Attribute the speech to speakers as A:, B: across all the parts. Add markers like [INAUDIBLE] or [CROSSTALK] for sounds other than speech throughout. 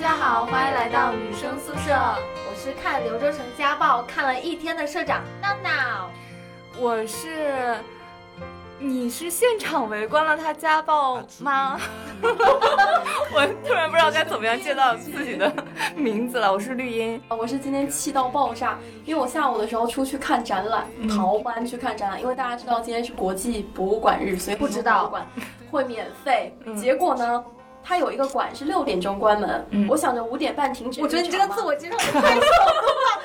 A: 家好，欢迎来到女生宿舍。
B: 我是看《刘洲成家暴》看了一天的社长闹闹。
A: 我是，你是现场围观了他家暴
C: 啊 [LAUGHS]
A: 吗？我突然不知道该怎么样介绍自己的名字了。我是绿茵，
D: 我是今天气到爆炸，因为我下午的时候出去看展览，
B: 嗯
D: 逃班去看展览，因为大家知道今天是国际博物馆日，所以
B: 不知道
D: 国际博物馆 [LAUGHS] 会免费。
B: 嗯
D: 结果呢，它有一个馆是六点钟关门，
A: 嗯
D: 我想着五点半停止。
B: 我觉得你这个自
D: 我，
B: 我介绍也太丑了吧！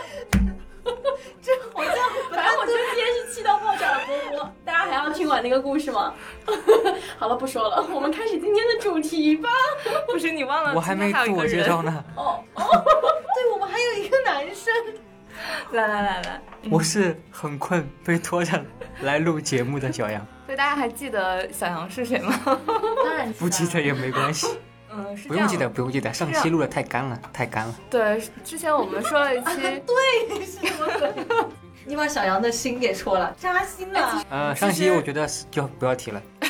B: 这好像不
D: 反
B: 太
D: 正我觉得今天是气到爆炸的波波。大家还要听完那个故事吗？ [LAUGHS] 好了，不说了，我们开始今天的主题吧。
A: 不是你忘了
C: [LAUGHS] 我还没
A: 今天还
C: 自
A: 有一个
C: 我
A: 人
C: 介绍
A: [LAUGHS]
C: 呢，
D: 哦，
B: 对，我们还有一个男生，
A: 来来来来，
C: 我是很困被拖着来录节目的小杨，
A: 所以大家还记得小杨是谁吗？
B: 当然
C: 不记得也没关系，
A: 嗯，是
C: [LAUGHS] 不
A: 这
C: 用
A: 样
C: 记得，不用记得，上期录的太干了，太干了。
A: 对，呃之前我们说了一
C: [LAUGHS]
A: 期
B: 你把小杨的心给戳了，扎心啊了。
C: 呃，
A: 其
C: 上期
A: 实
C: 我觉得是就不要
A: [LAUGHS]
C: 提了， [LAUGHS]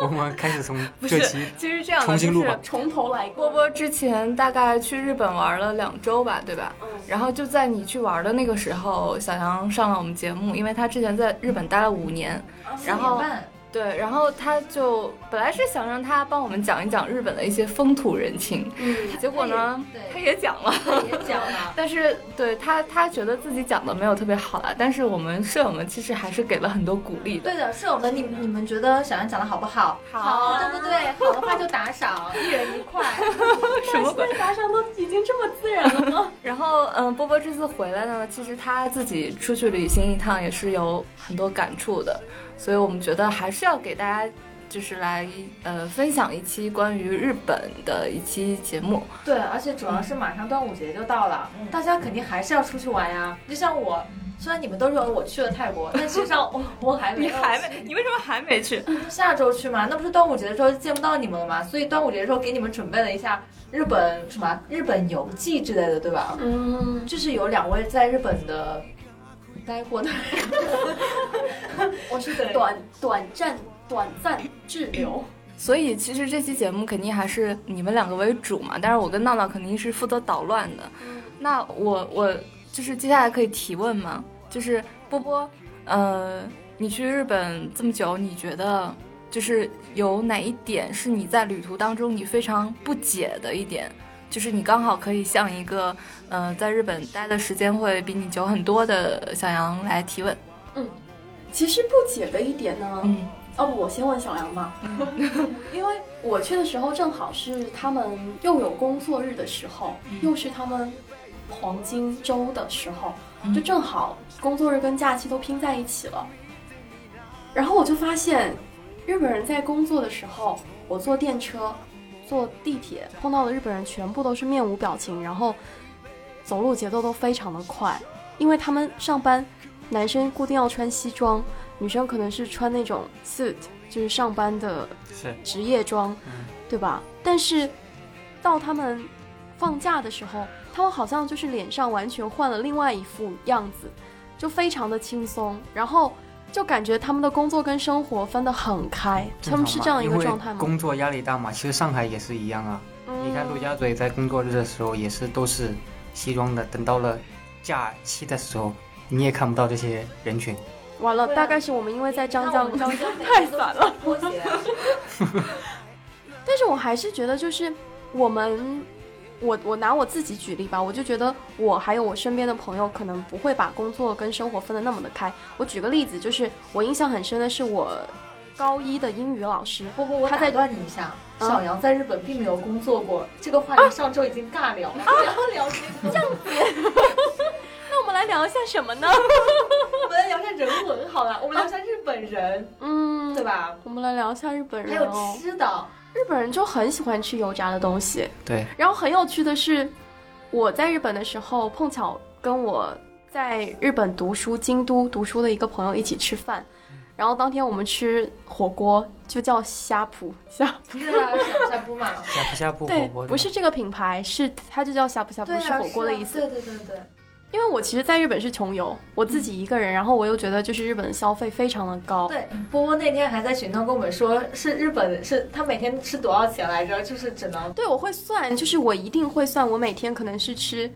C: 我们开始从
A: 不
C: 这
A: 是
C: 期，
A: 其实这样的
C: 重新录
A: 就
C: 吧
A: 是
D: 从头来过
A: 波。波之前大概去日本玩了两周吧，对吧？
D: 嗯
A: 然后就在你去玩的那个时候，小杨上了我们节目，因为他之前在日本待了五年，
B: 哎
A: 然后对，然后他就本来是想让他帮我们讲一讲日本的一些风土人情，
D: 嗯，
A: 结果呢，
B: 对
A: 他也讲了，
B: 也讲了，
A: 但是对他他觉得自己讲的没有特别好啦，但是我们舍友们其实还是给了很多鼓励的。
B: 对的，舍友们，你你们觉得小杨讲的好不好？
A: 好
B: 对不对？好的话就打 [LAUGHS] 赏，一人一块。
A: 什么鬼？
D: 打赏都已经这么自然了吗？
A: 然后，嗯，波波这次回来呢，其实他自己出去旅行一趟也是有很多感触的，所以我们觉得还是要给大家就是来呃分享一期关于日本的一期节目。
B: 对，而且主要是马上端午节就到了，大家肯定还是要出去玩呀。就像我，虽然你们都认为我去了泰国，但事实上我我还没有去，
A: 没？你为什么还没去？
B: 下周去嘛？那不是端午节的时候见不到你们了吗？所以端午节的时候给你们准备了一下日本什么日本游记之类的，对吧？
D: 嗯，
B: 就是有两位在日本的待过的，我是 [LAUGHS] 短
D: 短短暂短暂滞留。
A: 所以其实这期节目肯定还是你们两个为主嘛，但是我跟闹闹肯定是负责捣乱的。那我我就是接下来可以提问吗？就是波波，呃，你去日本这么久，你觉得就是有哪一点是你在旅途当中你非常不解的一点？就是你刚好可以向一个呃在日本待的时间会比你久很多的小杨来提问。
D: 其实不解的一点呢，
A: 嗯，
D: 哦，我先问小杨吧， [LAUGHS] 因为我去的时候正好是他们又有工作日的时候，又是他们黄金周的时候，就正好工作日跟假期都拼在一起了。然后我就发现，日本人在工作的时候，我坐电车、坐地铁碰到的日本人全部都是面无表情，然后走路节奏都非常的快，因为他们上班，男生固定要穿西装，女生可能是穿那种 suit，就是上班的
C: 是
D: 职业装，
C: 嗯
D: 对吧？但是到他们放假的时候，他们好像就是脸上完全换了另外一副样子，就非常的轻松，然后就感觉他们的工作跟生活分得很开，他们是这样一个状态
C: 因
D: 吗？
C: 为工作压力大嘛，其实上海也是一样啊。
D: 嗯
C: 你看陆家嘴在工作日的时候也是都是西装的，等到了假期的时候，你也看不到这些人群。
D: 完了，
B: 对啊
D: 大概是我们因为在张江
B: 让我们张
D: [LAUGHS]
B: 江
D: 太散了，
B: 拖鞋。
D: 但是我还是觉得，就是我们，我我拿我自己举例吧，我就觉得我还有我身边的朋友，可能不会把工作跟生活分得那么的开。我举个例子，就是我印象很深的是我高一的英语老师，
B: 不不，我
D: 他
B: 打
D: 在
B: 断你一下，
D: 嗯
B: 小杨在日本并没有工作过，这个话题上周已经尬聊了，
D: 啊
B: 然后 [LAUGHS] 聊这个，
D: 那我们来聊一下什么呢？
B: 我们来聊一下人文好了，我们聊一下日本人，
D: 嗯，
B: 对？吧？
D: 我们来聊一下日本
B: 还
D: 人
B: 有
D: 哦，
B: 吃的，
D: 日本人就很喜欢吃油炸的东西。
C: 对，
D: 然后很有趣的是，我在日本的时候碰巧跟我在日本读书京都读书的一个朋友一起吃饭，然后当天我们吃火锅就叫呷
B: [LAUGHS]
D: 哺呷，
B: 对啊，小下不嘛，
C: 呷哺呷哺火
D: 对
C: 锅，的
D: 不是这个品牌，是它就叫呷哺呷哺
B: 对啊
D: 是火锅的意思。
B: 对对对对，
D: 因为我其实在日本是穷游，我自己一个人，然后我又觉得就是日本的消费非常的高，
B: 对，波波那天还在群中跟我们说，是日本是他每天吃多少钱来着，就是只能
D: 对，我会算，就是我一定会算，我每天可能是吃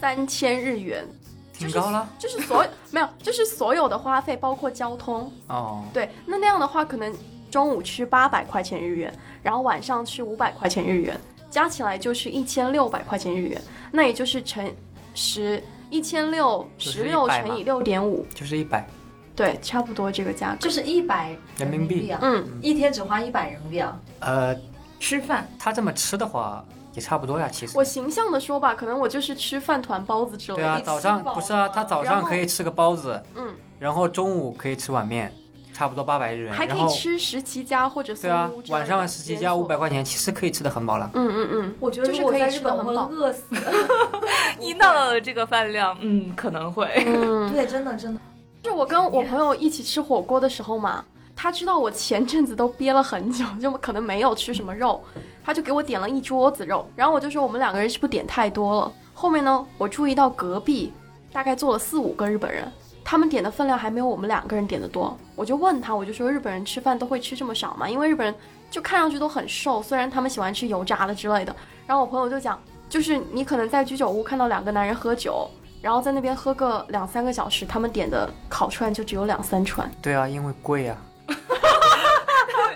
D: 三千日元，
C: 挺高了
D: 就是所有 [LAUGHS] 没有，就是所有的花费，包括交通。
C: 哦。
D: 对，那那样的话，可能中午吃八百块钱日元，然后晚上吃五百块钱日元，加起来就是一千六百块钱日元，那也就是乘十一千六
C: 就是
D: 十六
C: 100嘛
D: 乘以六点五，
C: 就是一百
D: 对，差不多这个价格。
B: 就是一百
C: 人民币
B: 啊，
D: 嗯，
B: 一天只花一百人民币啊。
C: 呃，
A: 吃饭
C: 他这么吃的话也差不多呀，其实
D: 我。形象的说吧，可能我就是吃饭团、包子之类
C: 对
D: 的。
C: 啊，
B: 你吃
C: 早上
B: 饱
C: 不是啊，
B: 了
C: 他早
B: 然
C: 上
B: 后
C: 可以吃个包子，
D: 嗯，
C: 然后中午可以吃碗面，差不多八百日元，
D: 还可
C: 啊然
D: 以
C: 后
D: 吃十七家或者松
C: 对啊
D: 屋，之类
C: 晚
D: 的
C: 上十七
D: 连
C: 加
D: 锁
C: 五百块钱，其实可以吃的很饱了。
D: 嗯嗯嗯，
B: 我觉得
D: 就是
B: 如果
D: 可以
B: 在
D: 吃
B: 日
D: 得
B: 本
D: 很
B: 我会
D: 饱
B: 饿死的。
A: [LAUGHS] 一到了这个饭量，嗯，可能 [LAUGHS] 会。
D: 嗯，
B: 对，真的真的。
D: 就是我跟我朋友一起吃火锅的时候嘛，他知道我前阵子都憋了很久， [LAUGHS] 就可能没有吃什么肉，他就给我点了一桌子肉，然后我就说我们两个人是不是点太多了？后面呢，我注意到隔壁大概坐了四五个日本人。他们点的分量还没有我们两个人点的多，我就问他，我就说日本人吃饭都会吃这么少吗？因为日本人就看上去都很瘦，虽然他们喜欢吃油炸的之类的。然后我朋友就讲，就是你可能在居酒屋看到两个男人喝酒，然后在那边喝个两三个小时，他们点的烤串就只有两三串。
C: 对啊，因为贵啊。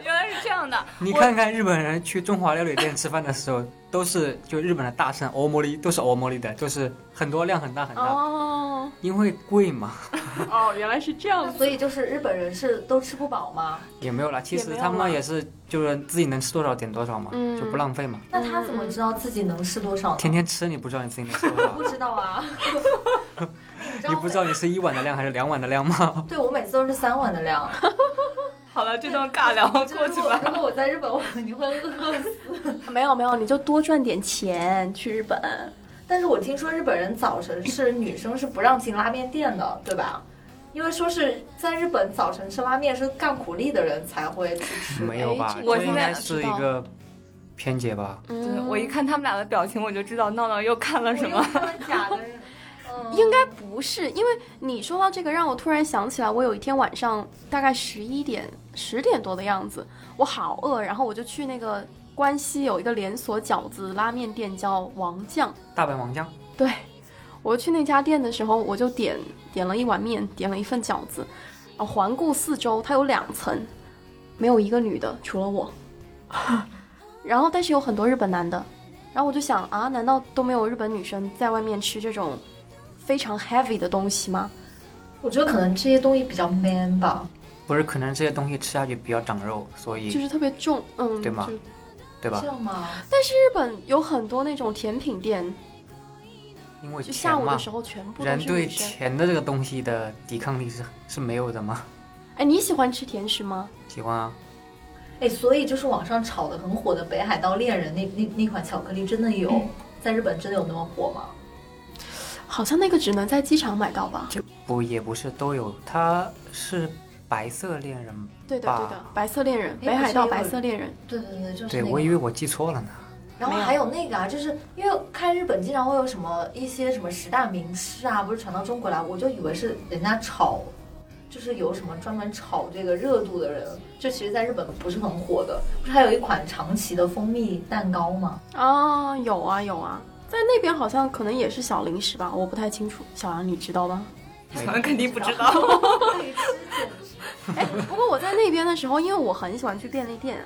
A: 原来是这样的，
C: 你看看日本人去中华料理店吃饭的时候，都是就日本的大盛欧摩利，都是欧摩利的，就是很多量很大很大，
D: 哦
C: 因为贵嘛，
D: 哦，原来是这样
B: 所以就是日本人是都吃不饱吗？
C: 也没有啦。其
D: 也
C: 实
D: 没有
C: 他
D: 啦
C: 们也是就是自己能吃多少点多少嘛，
D: 嗯
C: 就不浪费嘛。
B: 那他怎么知道自己能吃多少呢？
C: 天天吃你不知道你自己能吃多少
B: 不，知道啊。
C: 你不知道你是一碗的量还是两碗的量吗？
B: 对我每次都是三碗的 [LAUGHS] 量。
A: 好了，这段尬聊过
B: 如
A: 去
B: 果
A: 吧。
B: 如果我在日本，我肯定会饿死。
D: 没有没有，你就多赚点钱去日本。
B: 但是我听说日本人早晨吃女生是不让进拉面店的，对吧？因为说是在日本早晨吃拉面是干苦力的人才会去吃。
C: [LAUGHS] 没有吧
D: 哎，这
A: 我
C: 这应
A: 现在
C: 该是一个偏见吧。
A: 对
D: 嗯
A: [LAUGHS] 我一看他们俩的表情，我就知道闹闹又看了
B: 我
A: 什
B: 又
A: 么。
B: 看了假的 [LAUGHS] 人，嗯
D: 应该不是，因为你说到这个，让我突然想起来，我有一天晚上大概十一点、十点多的样子，我好饿，然后我就去那个关西有一个连锁饺子拉面店叫王酱，
C: 大阪王酱，
D: 对，我去那家店的时候，我就点点了一碗面，点了一份饺子。啊，环顾四周，它有两层，没有一个女的，除了我。 [LAUGHS] 然后，但是有很多日本男的。然后我就想啊，难道都没有日本女生在外面吃这种非常 heavy 的东西吗？
B: 嗯我觉得可能这些东西比较 man 吧。
C: 不是可能这些东西吃下去比较长肉，所
D: 就
C: 以
D: 是特别重，嗯，
C: 对吗
D: 就
C: 对吧
B: 这？样吗？
D: 但是日本有很多那种甜品店，
C: 因为
D: 就下
C: 钱
D: 午的
C: 嘛，
D: 时候全部都
C: 人
D: 是
C: 对
D: 女生。
C: 钱的这个东西的抵抗力是是没有的嘛。
D: 哎，你喜欢吃甜食吗？
C: 喜欢啊，
B: 哎，所以就是网上炒的很火的《北海道恋人》那那那款巧克力，真的有、
C: 嗯
B: 在日本真的有那么火吗？
D: 好像那个只能在机场买到吧？
C: 不也不是都有，他是白色恋人，
D: 对的，对的
C: 吧，
D: 白色恋人，
B: 哎
D: 北海道
B: 不是
D: 白
B: 有
D: 色恋人，
B: 对对对，就是、那
C: 对
B: 个。
C: 我以为我记错了呢。
B: 然后还有那个啊，就是因为看日本经常会有什么一些什么十大名师啊，不是传到中国来，我就以为是人家炒，就是有什么专门炒这个热度的人，就其实在日本不是很火的。不是还有一款长崎的蜂蜜蛋糕吗？
D: [LAUGHS] 啊，有啊有啊，在那边好像可能也是小零食吧，我不太清楚。小杨你知道吗？
C: 没
A: 我们肯定不知道。
D: [LAUGHS] 哎，不过我在那边的时候，因为我很喜欢去便利店，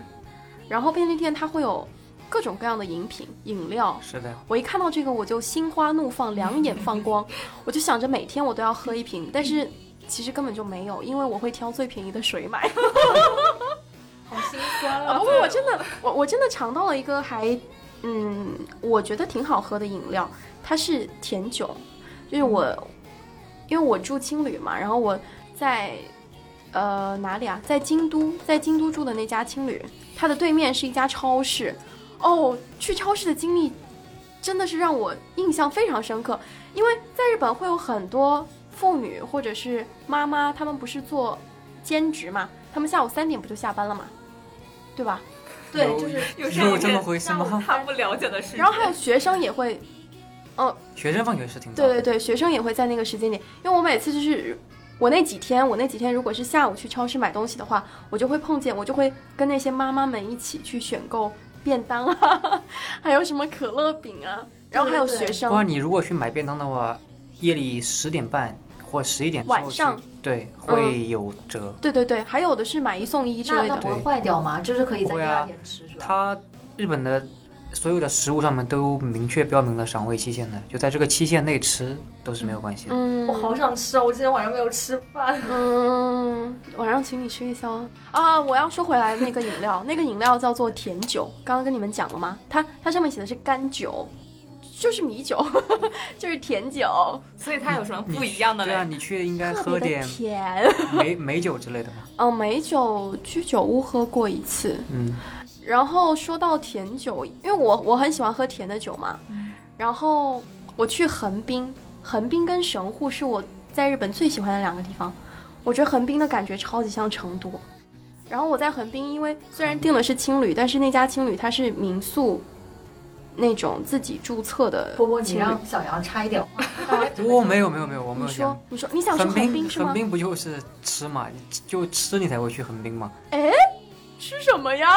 D: 然后便利店它会有各种各样的饮品、饮料。
C: 是的，
D: 我一看到这个，我就心花怒放，两眼放 [LAUGHS] 光，我就想着每天我都要喝一瓶，但是其实根本就没有，因为我会挑最便宜的水买。
B: 好心酸
D: [LAUGHS] 啊，不过我真的，我我真的尝到了一个还，嗯，我觉得挺好喝的饮料，它是甜酒，就是我，因为我住青旅嘛，然后我在，呃，哪里啊，在京都，在京都住的那家青旅，它的对面是一家超市，哦，去超市的经历真的是让我印象非常深刻，因为在日本会有很多妇女或者是妈妈，她们不是做兼职嘛，她们下午三点不就下班了嘛，对吧？
B: 对，
C: 有
B: 就是
A: 有
C: 有这么回事
B: 下午
C: 吗？
A: 他不了解的事情
D: 然后还有学生也会哦，
C: 学生放学是挺早
D: 对
C: 的。
D: 对对，学生也会在那个时间点，因为我每次就是我那几天，我那几天如果是下午去超市买东西的话，我就会碰见，我就会跟那些妈妈们一起去选购便当啊， [LAUGHS] 还有什么可乐饼啊，然后还有
B: 对对
D: 学
B: 对
D: 生
C: 不然你如果去买便当的话，夜里十点半或十一点之后去
D: 晚上嗯
C: 对会有折。
D: 对对对，还有的是买一送一之
B: 那
D: 类
B: 那
D: 的
B: 不。会坏掉吗？就是可以在
C: 不
B: 第
C: 会啊
B: 二天吃，是吧？
C: 它日本的所有的食物上面都明确标明了赏味期限的，就在这个期限内吃都是没有关系的。
D: 嗯，
B: 我好想吃啊！我今天晚上没有吃饭。
D: 嗯，晚上请你吃夜宵啊！啊，我要说回来那个饮料， [LAUGHS] 那个饮料叫做甜酒，刚刚跟你们讲了吗？它它上面写的是干酒，就是米酒， [LAUGHS] 就是甜酒，
A: 所以它有什么
C: 你
A: 不一样的
C: 对啊，
A: 嘞？
C: 你去应该
D: 嗯特
C: 喝
D: 别
C: 点
D: 的甜。
C: 美 [LAUGHS] 美酒之类的吧。
D: 嗯，美酒居酒屋喝过一次，
C: 嗯，
D: 然后说到甜酒，因为我我很喜欢喝甜的酒嘛，然后我去横滨，横滨跟神户是我在日本最喜欢的两个地方，我觉得横滨的感觉超级像成都。然后我在横滨，因为虽然订的是青旅，但是那家青旅它是民宿，那种自己注册的
B: 波波，你
D: 青旅。
B: 让小杨插一点话。
C: 我嗯哦没有没有没有，我没
D: 你
C: 有
D: 说
C: 想。，
D: 你说你想说横滨是
C: 横
D: 吗？
C: 滨不就是吃嘛，就吃你才会去横滨
D: [LAUGHS]
C: 嘛。
D: 吃什么呀？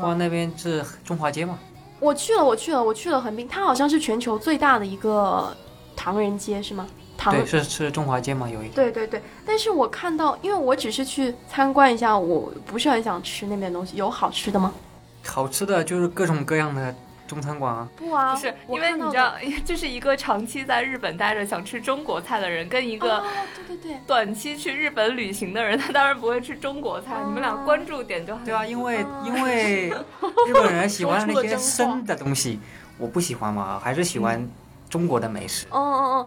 C: 哇，那边是中华街嘛，
D: 我去了，我去了，我去了横滨，它好像是全球最大的一个唐人街是吗？唐
C: 对，是是中华街嘛，有一
D: 对对对，但是我看到，因为我只是去参观一下，我不是很想吃那边的东西，有好吃的吗？
C: 好吃的就是各种各样的中餐馆啊。
D: 不啊，
A: 不是，
D: 我
A: 因为
D: 看
A: 你
D: 到
A: 知
D: 的
A: 道， [LAUGHS] 就是一个长期在日本待着想吃中国菜的人，跟一个
D: 啊，对对对，
A: 短期去日本旅行的人，他当然不会吃中国菜。你们俩关注点就很
C: [LAUGHS] 对啊，因为
D: 啊
C: 因为日本人喜欢
D: [LAUGHS] 说出了
C: 那些
D: 真话
C: 生的东西，我不喜欢嘛，还是喜欢中国的美食。
D: 嗯嗯嗯。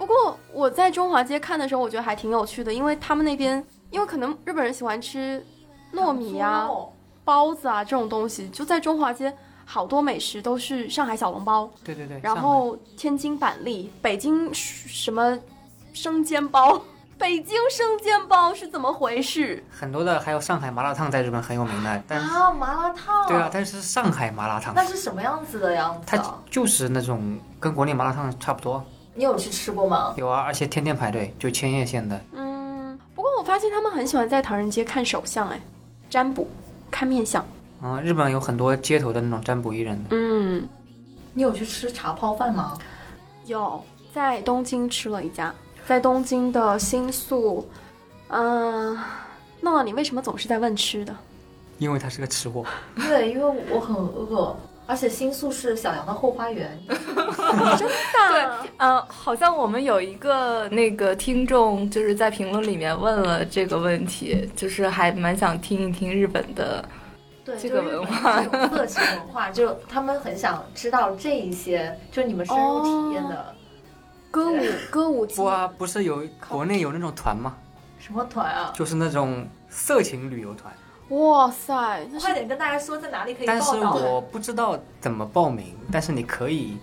D: 不过我在中华街看的时候，我觉得还挺有趣的，因为他们那边，因为可能日本人喜欢吃糯米呀、
B: 猪肉
D: 包子啊这种东西，就在中华街好多美食都是上海小笼包，
C: 对对对，
D: 然
C: 上海
D: 后天津板栗，北京什么生煎包，北京生煎包是怎么回事？
C: 很多的，还有上海麻辣烫在日本很有名的，但
B: 啊，麻辣烫。
C: 对啊，，但是上海麻辣烫
B: 那是什么样子的样子
C: 它
B: 啊？
C: 就是那种跟国内麻辣烫差不多，
B: 你有去吃过吗？
C: 有啊，而且天天排队，就千叶县的。
D: 嗯，不过我发现他们很喜欢在唐人街看手相，哎，占卜，看面相。
C: 嗯，日本有很多街头的那种占卜艺人的，
D: 嗯，
B: 你有去吃茶泡饭吗？
D: 有在东京吃了一家，在东京的新宿，嗯、闹闹，你为什么总是在问吃的？
C: 因为他是个吃
D: [LAUGHS]
C: 货。
B: [LAUGHS] 对，因为我很饿，而且新宿是小杨的后花园。
D: 真的啊？
A: 呃，好像我们有一个那个听众就是在评论里面问了这个问题，就是还蛮想听一听日本的。
B: 对，
A: 这
B: 就
A: 个
B: 日
A: 文
B: 本这种色情文化， [LAUGHS] 就他们很想知道这一些，就你们深入体验的
D: 歌舞歌舞
C: 不
D: 伎，
C: 啊，不是有国内有那种团吗？
B: 什么团啊？
C: 就是那种色情旅游团，
D: 哇塞，那
B: 快
D: 是
B: 点跟大家说在哪里可以
C: 但是
B: 报道。
C: 我不知道怎么报名，但是你可以，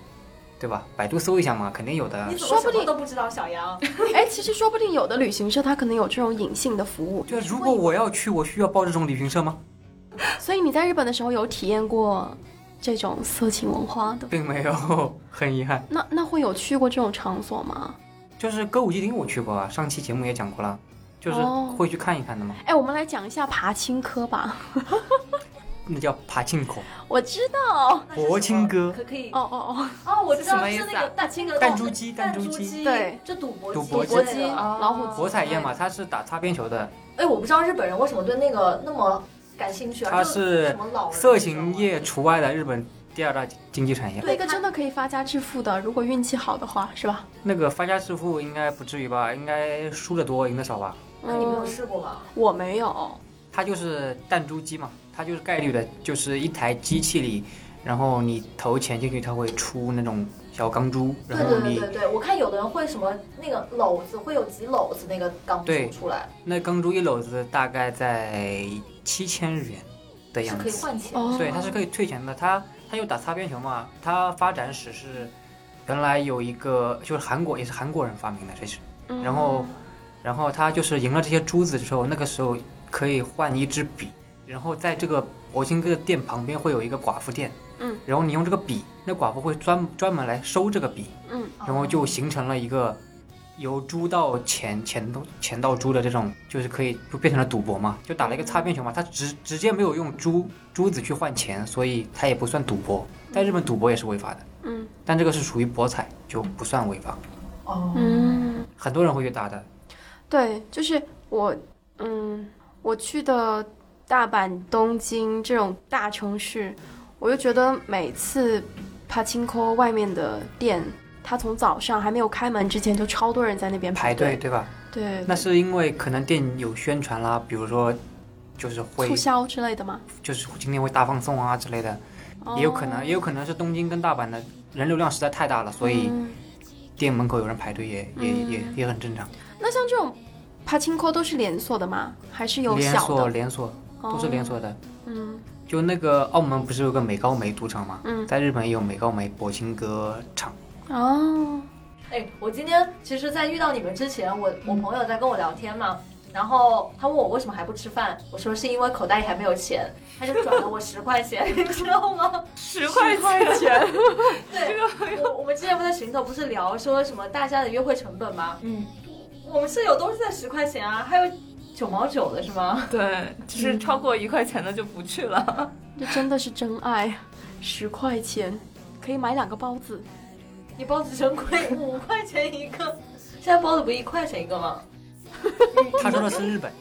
C: 对吧？百度搜一下嘛，肯定有的
B: 你。怎
D: 说
B: 么
D: 不
B: 什
D: 定
B: 么都不知道，小杨？
D: 哎，其实说不定有的旅行社它可能有这种隐性的服务，
C: 就如果我要去，我需要报这种旅行社吗？
D: 所以你在日本的时候有体验过这种色情文化的？
C: 并没有， [LAUGHS] 很遗憾。
D: 那那会有去过这种场所吗？
C: 就是歌舞伎町我去过啊，上期节目也讲过了，就是
D: 哦
C: 会去看一看的嘛。
D: 哎，我们来讲一下爬青科吧。
C: 那叫爬进口，
D: 我知道，
B: 哦那是什么
C: 国青哥
B: 可可以
D: 哦哦
B: 哦，我知
A: 什
B: 道
A: 么意
B: 是
A: 思
B: 那
A: 啊
B: 个弹那个
C: 弹珠机
B: 弹
C: 弹珠机
B: 机，
D: 对，
B: 就赌博
C: 赌
B: 机
C: 博
B: 之类
D: 机
B: 的啊
D: 哦，老虎
C: 博彩宴嘛，它是打擦边球的，
B: 哎，我不知道日本人为什么对那个那么感兴趣啊？
C: 它
B: 就是什么老人
C: 色情
B: 那种啊
C: 业除外的日本第二大经济产业。
D: 那个真的可以发家致富的，如果运气好的话，是吧？
C: 那个发家致富应该不至于吧？应该输的多，赢的少吧？
D: 嗯
B: 那你没有试过
C: 嗯
B: 吗？
D: 我没有。
C: 它就是弹珠机嘛，它就是概率的，就是一台机器里，然后你投钱进去，它会出那种小钢珠，
B: 对
C: 然后
B: 对对
C: 你
B: 对对，我看有的人会什么那个篓子会有几篓子那个钢珠
C: 对
B: 出来，
C: 那钢珠一篓子大概在七千日元的
B: 是
C: 样
B: 可以
C: 子。
B: 换钱。
D: 哦，
C: 对，它是可以退钱的。它它又打擦边球嘛，它发展史是原来有一个就是韩国也是韩国人发明的，这是。
D: 嗯
C: 然后，然后他就是赢了这些珠子之后，那个时候可以换一支笔，然后在这个博兴哥的店旁边会有一个寡妇店，
E: 嗯，
C: 然后你用这个笔，那寡妇会专专门来收这个笔，
E: 嗯，
C: 然后就形成了一个由猪到钱，钱到钱到猪的这种，就是可以就变成了赌博嘛，就打了一个擦边球嘛。他直直接没有用珠珠子去换钱，所以它也不算赌博。在日本赌博也是违法的，
E: 嗯
C: 但这个是属于博彩，就不算违法。
B: 哦，
E: 嗯，
C: 很多人会去打的，
D: 对，就是我，嗯，我去的大阪、东京这种大城市，我就觉得每次帕青科外面的店，它从早上还没有开门之前，就超多人在那边
C: 排队
D: 队。
C: 对吧？
D: 对，
C: 那是因为可能电影有宣传啦，比如说就是会
D: 促销之类的吗？
C: 就是今天会大放送啊之类的，
D: 哦
C: 也有可能也有可能是东京跟大阪的人流量实在太大了，所以
D: 嗯
C: 店门口有人排队也也也
D: 嗯
C: 也很正常。
D: 那像这种帕青科都是连锁的吗？还是有
C: 连
D: 小
C: 锁
D: 的？哦
C: 连锁都是连锁的。
D: 嗯
C: 就那个澳门不是有个美高梅赌场吗？
D: 嗯
C: 在日本也有美高梅博青哥场。
D: 哦，
B: 哎，我今天其实，在遇到你们之前，我我朋友在跟我聊天嘛，然后他问我为什么还不吃饭，我说是因为口袋里还没有钱，他就转了我十块钱， [LAUGHS] 你知道吗？
A: 十块钱，
B: 对，我我们之前不在群头不是聊说什么大家的约会成本吗？
A: 嗯，
B: 我们舍友都是在十块钱啊，还有九毛九的是吗？[LAUGHS]
A: [LAUGHS] 对，就是超过一块钱的就不去了。
D: 这真的是真爱，十块钱可以买两个包子。
B: 你包子真贵，五块钱一个，现在包子不一块钱一个吗？
C: 他说的是日本，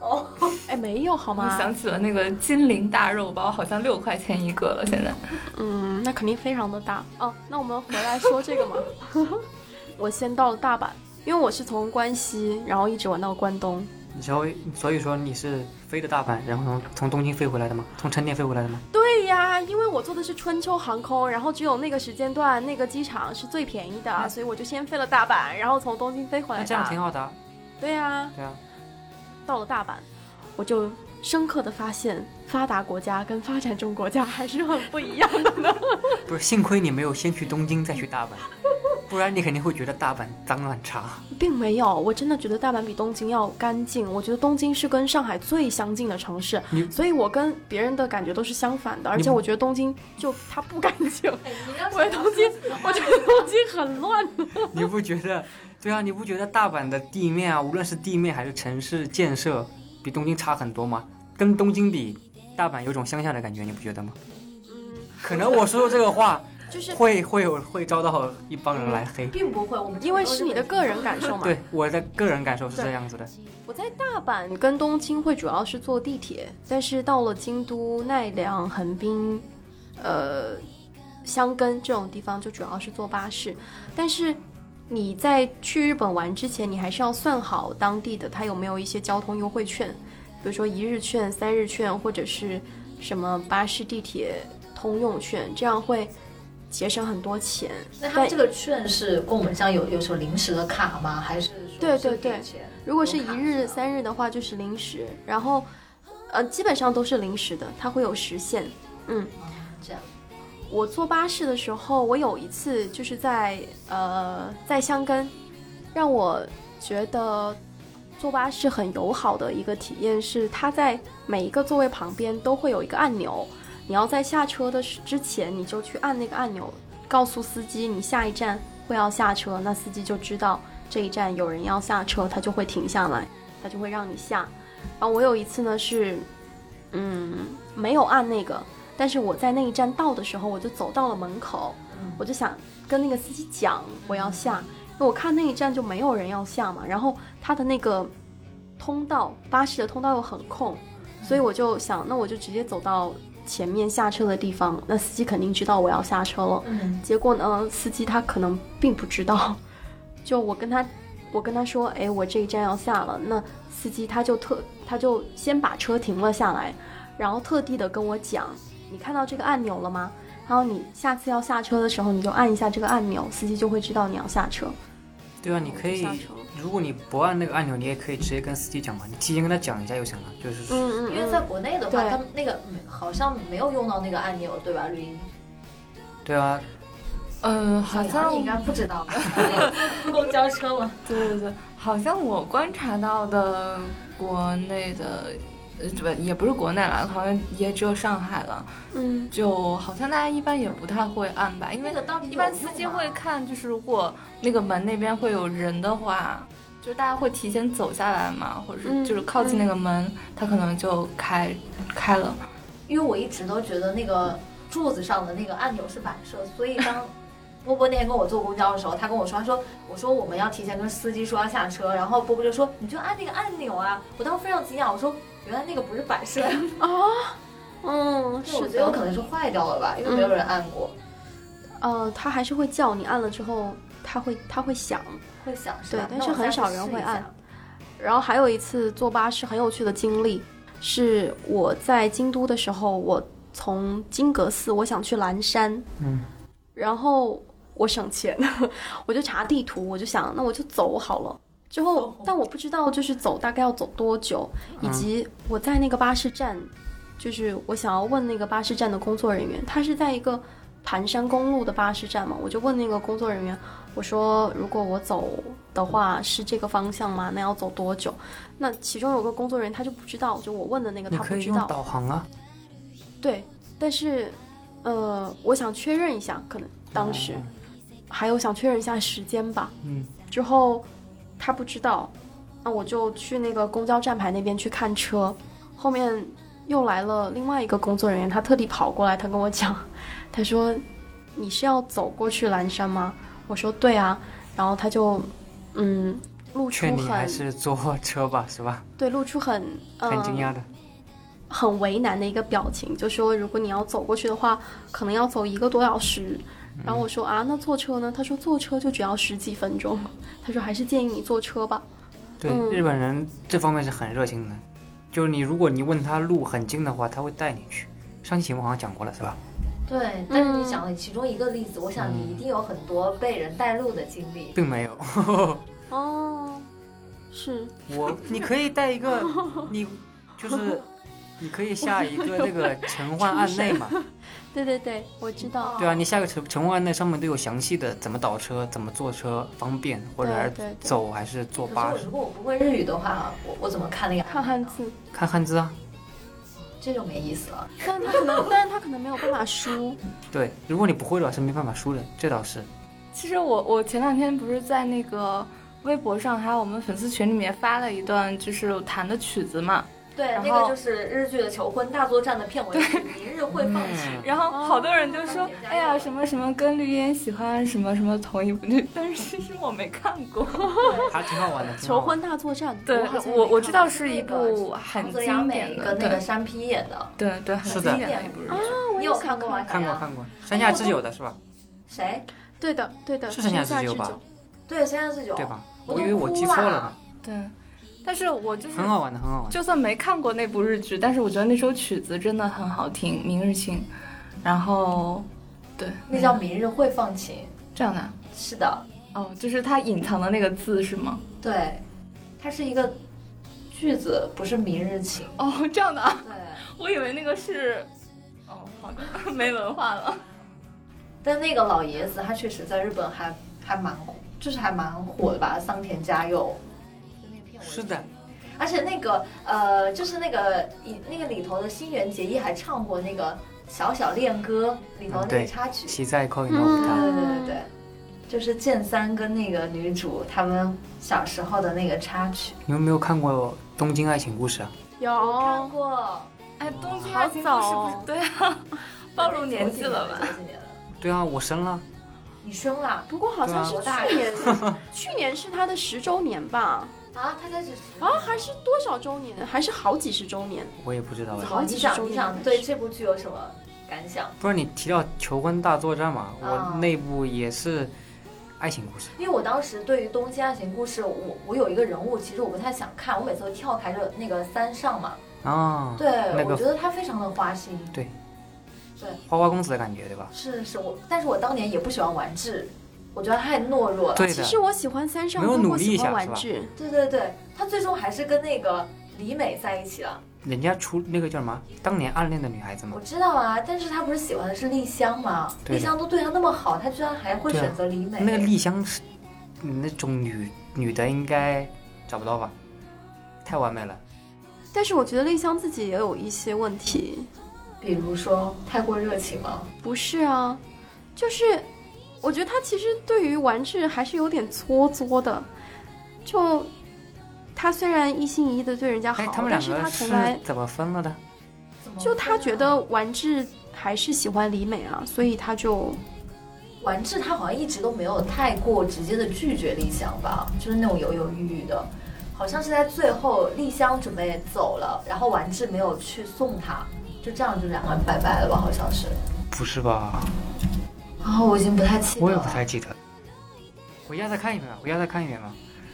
B: 哦，
D: 哎，没有好
A: 我
D: 吗？
A: 想起了那个金陵大肉包，好像六块钱一个了，现在。
D: 嗯，那肯定非常的大哦。那我们回来说这个 [LAUGHS] 嘛。我先到了大阪，因为我是从关西，然后一直玩到关东。
C: 然后所以说你是飞的大阪，然后从从东京飞回来的吗？从成田飞回来的吗？
D: 对呀，因为我坐的是春秋航空，然后只有那个时间段、那个机场是最便宜的，所以我就先飞了大阪，然后从东京飞回来
C: 那
D: 的。
C: 这样挺好的啊，
D: 对呀，
C: 对啊。
D: 到了大阪，我就深刻的发现，发达国家跟发展中国家还是很不一样的呢。
C: 不是，幸亏你没有先去东京再去大阪，不然你肯定会觉得大阪脏乱差。
D: 并没有，我真的觉得大阪比东京要干净。我觉得东京是跟上海最相近的城市
C: 你，
D: 所以我跟别人的感觉都是相反的。而且我觉得东京就它不干净，
B: 哎，你要
D: 我觉得东京，我觉得东京很乱。
C: 你不觉得？对啊，你不觉得大阪的地面啊，无论是地面还是城市建设，比东京差很多吗？跟东京比，大阪有种乡下的感觉，你不觉得吗？可能我说的这
D: [LAUGHS]
C: 个话，
D: 就是
C: 会会有会遭到一帮人来
D: [LAUGHS]
C: 黑。
B: 并不会，我们
D: 因为是你的个人感受嘛。
C: 对我的个人感受是这样子的，
D: 我在大阪跟东京会主要是坐地铁，但是到了京都、奈良、横滨，呃，箱根这种地方就主要是坐巴士。但是你在去日本玩之前，你还是要算好当地的它有没有一些交通优惠券，比如说一日券、三日券，或者是什么巴士、地铁通用券，这样会节省很多钱。
B: 那他们这个券是跟我们像有有什么临时的卡吗？还是说是
D: 对对对
B: 给钱
D: 如果是
B: 有卡
D: 一日、
B: 吗
D: 三日的话，就是零食，然后，呃，基本上都是零食的，它会有时限。
B: 哦这样，
D: 我坐巴士的时候，我有一次就是在呃在箱根，让我觉得坐巴士很友好的一个体验是，它在每一个座位旁边都会有一个按钮，你要在下车的时之前你就去按那个按钮，告诉司机你下一站会要下车，那司机就知道这一站有人要下车，他就会停下来，他就会让你下。然后我有一次呢是，嗯，没有按那个，但是我在那一站到的时候，我就走到了门口，我就想跟那个司机讲我要下，因为我看那一站就没有人要下嘛，然后他的那个通道巴士的通道又很空，
B: 嗯
D: 所以我就想，那我就直接走到前面下车的地方，那司机肯定知道我要下车了。
B: 嗯，
D: 结果呢，司机他可能并不知道， [LAUGHS] 就我跟他，我跟他说，哎，我这一站要下了，那司机他就特，他就先把车停了下来，然后特地的跟我讲，你看到这个按钮了吗？然后你下次要下车的时候，你就按一下这个按钮，司机就会知道你要下车。
C: 对啊，你可以
D: 我就下车了，
C: 如果你不按那个按钮，你也可以直接跟司机讲嘛，你提前跟他讲一下就行了，就是说
D: 嗯
B: 因为在国内的话，
D: 对
B: 他们那个嗯好像没有用到那个按钮，对吧？绿茵，
C: 对啊，
A: 呃，好像
B: 你应该不知道，啊 [LAUGHS] 公交车了。
A: 对对对，好像我观察到的国内的呃，不也不是国内了，好像也只有上海了，
D: 嗯，
A: 就好像大家一般也不太会按吧，因为
B: 那个到底有
A: 一般司机
B: 用吗
A: 会看，就是如果那个门那边会有人的话，就大家会提前走下来嘛，或者是
D: 嗯
A: 就是靠近那个门，他可能就开开了。
B: 因为我一直都觉得那个柱子上的那个按钮是反射，所以 [LAUGHS] 当波波那天跟我坐公交的时候，他跟我说，他说我说我们要提前跟司机说要下车，然后波波就说你就按那个按钮啊，我当时非常惊讶，我说原来那个不是反射，
D: 嗯，
B: 我
D: 是
B: 觉得有
D: 的，
B: 可能是嗯坏掉了吧，因为没有人按过，
D: 呃，它还是会叫你按了之后，它会它会响。
B: 会响是吧？
D: 对但
B: 那
D: 是
B: 我
D: 很
B: 下
D: 少
B: 次
D: 人
B: 试
D: 会
B: 一下
D: 按。然后还有一次坐巴士很有趣的经历，是我在京都的时候，我从金阁寺我想去岚山，
C: 嗯，
D: 然后我省钱， [LAUGHS] 我就查地图，我就想那我就走好了。之后，但我不知道就是走大概要走多久，以及我在那个巴士站，就是我想要问那个巴士站的工作人员，他是在一个盘山公路的巴士站嘛，我就问那个工作人员，我说如果我走的话是这个方向吗？那要走多久？那其中有个工作人员他就不知道，就我问的那个
C: 你
D: 他
C: 可
D: 不
C: 以
D: 知
C: 用
D: 道，
C: 导航啊，
D: 对，但是呃，我想确认一下，可能当时、
C: 哦
D: 还有想确认一下时间吧。
C: 嗯，
D: 之后他不知道，那我就去那个公交站牌那边去看车。后面又来了另外一个工作人员，他特地跑过来，他跟我讲， [LAUGHS] 他说：“你是要走过去蓝山吗？”我说：“对啊。”然后他就嗯，露出
C: 劝你还
D: 很
C: 是坐车吧，是吧？
D: 对露出很
C: 很惊
D: 嗯
C: 讶的，
D: 很为难的一个表情，就说如果你要走过去的话，可能要走一个多小时。然后我说啊，那坐车呢？他说坐车就只要十几分钟。 [LAUGHS] 他说还是建议你坐车吧。
C: 对，
D: 嗯
C: 日本人这方面是很热心的，就是你如果你问他路很近的话，他会带你去。上期节目好像讲过了，是吧？
B: 对，但
D: 嗯
B: 是你讲了其中一个例子，我想你一定有很多被人带路的经历。
C: 并没有， [LAUGHS]
D: 哦，是，
C: 我你可以带一个，你
D: [LAUGHS]
C: 就是你可以下一个那个陈寰案内嘛，
D: 对对对，我知道。
C: 对啊，你下个陈陈寰案内上面都有详细的怎么倒车、怎么坐车方便，或者
D: 对
C: 还是
D: 对对
C: 走还是坐
B: 可是
C: 巴
B: 我
C: 士
B: 如，果我不会日语的话，我我怎么看那个？
D: 看汉，字，
C: 看汉字啊。
B: 这就没意思了。
D: [LAUGHS] 但他可能，但是他可能没有办法输。
C: 对，如果你不会的话是没办法输的，这倒是。
A: 其实我我前两天不是在那个微博上还有我们粉丝群里面发了一段就是弹的曲子嘛，
B: 对，
A: 然
B: 那
A: 后
B: 个就是日剧的《求婚大作战》的片尾曲，明日会放
C: 嗯
B: 晴。
A: 然后好多人就说
B: 哦，
A: 哎呀，什么什么跟绿茵喜欢什么什么同一部 [LAUGHS] 剧，但是其实我没看过。
C: 还挺好玩的。挺
D: [LAUGHS]
C: 好
D: 求
C: 玩
D: 婚大作战，
A: 对
D: 我好像
A: 我
D: 没
A: 我
D: 看
A: 知道
D: 过
A: 是一
B: 那个
A: 部很
B: 长泽雅
A: 经典
B: 美
A: 的，
B: 跟那个
A: 对
B: 山 P 演的，
A: [LAUGHS] 对对，
C: 是
A: 很
C: 的
A: 经典的一部日
D: 啊
A: 剧。
B: 你有看过吗？
C: 看过
B: 小杨
C: 看过，山下智久的是吧？
B: 谁？
D: 对的对的，
C: 是山下
D: 山
C: 智久
D: 智
C: 吧
D: 久
B: 对，三三四九，
C: 对？吧？
B: 我
C: 我
B: 都
C: 以为我记错
B: 哭
C: 了
B: 了
C: 呢，
A: 对，但是我就是
C: 很好玩的，很好玩。
A: 就算没看过那部日剧，但是我觉得那首曲子真的很好听，《明日晴》，然后对，
B: 那叫明日会放晴。
A: 这样的啊
B: 是的，
A: 哦，就是它隐藏的那个字是吗？ [LAUGHS]
B: 对，它是一个句子，不是明日晴。
A: 哦，这样的啊，
B: 对，
A: 我以为那个是。哦，好的， [LAUGHS] 没文化了。
B: 但那个老爷子他确实在日本还还蛮火，就是还蛮火的吧，桑田佳佑。
C: 是的，
B: 而且那个呃，就是那个以那个里头的新垣结衣还唱过那个《小小恋歌》里
C: 嗯
B: 头那个插曲，
C: 西在靠近
D: 嗯
C: 舞台，
B: 对对对对对，就是剑三跟那个女主他们小时候的那个插
A: 哦
B: 曲，
C: 你们没有看过《东京爱情故事》啊？
B: 我看
D: 有，
B: 过，
A: 哎，东京
D: 好
A: 爱情故事
D: 早
A: 不
D: 哦
A: 是对啊， [LAUGHS] 暴露年纪了吧？
B: 九几年的？
C: 对啊，我生了，
B: 你生了
D: 不过好像是
B: 对啊
D: 去年，
C: [LAUGHS]
D: 去年是他的十周年吧？
B: 啊？他才几十
D: 啊，还是多少周年？啊还是好几十周年？
C: 我也不知道哎。
B: 好，你想你想对这部剧有什么感想？
C: 不是你提到《求婚大作战》嘛？
B: 啊
C: 我内部也是爱情故事，
B: 因为我当时对于《东京爱情故事》，我我有一个人物，其实我不太想看，我每次都跳开就那个三上嘛，
C: 啊，
B: 对，
C: 那
B: 我觉
C: 个
B: 得他非常的花心。
C: 对
B: 对，
C: 花花公子的感觉，对吧？
B: 是是我，但是我当年也不喜欢玩智，我觉得太懦弱了。
C: 对
D: 其
C: 的，
D: 实我喜欢三上
C: 没有
D: 多
C: 努
D: 过
C: 力
D: 喜
C: 一下
D: 欢
C: 是
D: 玩
C: 吧
D: 具，
B: 对对对，他最终还是跟那个李美在一起了。
C: 人家出那个叫什么？当年暗恋的女孩子嘛
B: 我。知道啊，但是他不是喜欢的是丽香吗？
C: 嗯对
B: 丽
C: 的
B: 香都对他那么好，他居然还会
C: 对啊
B: 选择李美。
C: 那个丽香是嗯那种女女的，应该找不到吧？太完美了。
D: 但是我觉得丽香自己也有一些问题，
B: 比如说太过热情吗？
D: 不是啊，就是我觉得他其实对于玩质还是有点作作的，就他虽然一心一意的对人家好，
C: 哎，他们
D: 但
C: 两
D: 是
C: 个
D: 他
C: 是
D: 从来
C: 怎么分了的？
B: 怎么
D: 就他
B: 分啊
D: 觉得完治还是喜欢李美啊，所以他就
B: 丸治他好像一直都没有太过直接的拒绝丽香吧，就是那种犹犹豫豫的，好像是在最后丽香准备走了，然后丸治没有去送她，就这样就两个人拜拜了吧，好像是。
C: 不是吧？
B: 然后我已经不太记得了。
C: 我也不太记得。回家再看一遍吧，回家再看一遍吧。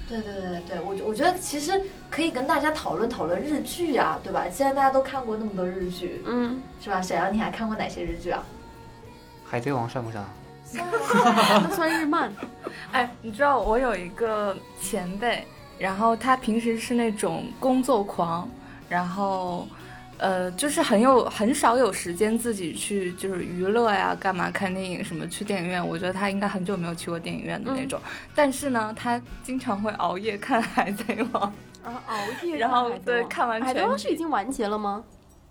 B: 对对对对，我觉我觉得其实可以跟大家讨论讨论日剧啊，对吧？既然大家都看过那么多日剧，
D: 嗯， [LAUGHS]
B: 是吧？沈阳，你还看过哪些日剧啊？
C: 海贼王算不上，
D: 他算日 [LAUGHS] 漫，
A: 哎，你知道我有一个前辈，然后他平时是那种工作狂，然后，呃，就是很有很少有时间自己去就是娱乐呀，干嘛看电影什么去电影院。我觉得他应该很久没有去过电影院的那种，但是呢，他经常会熬夜看《海贼王
D: 然后啊熬夜，
A: 然后对看完
D: 海贼
A: 全
D: 王是已经完结了吗？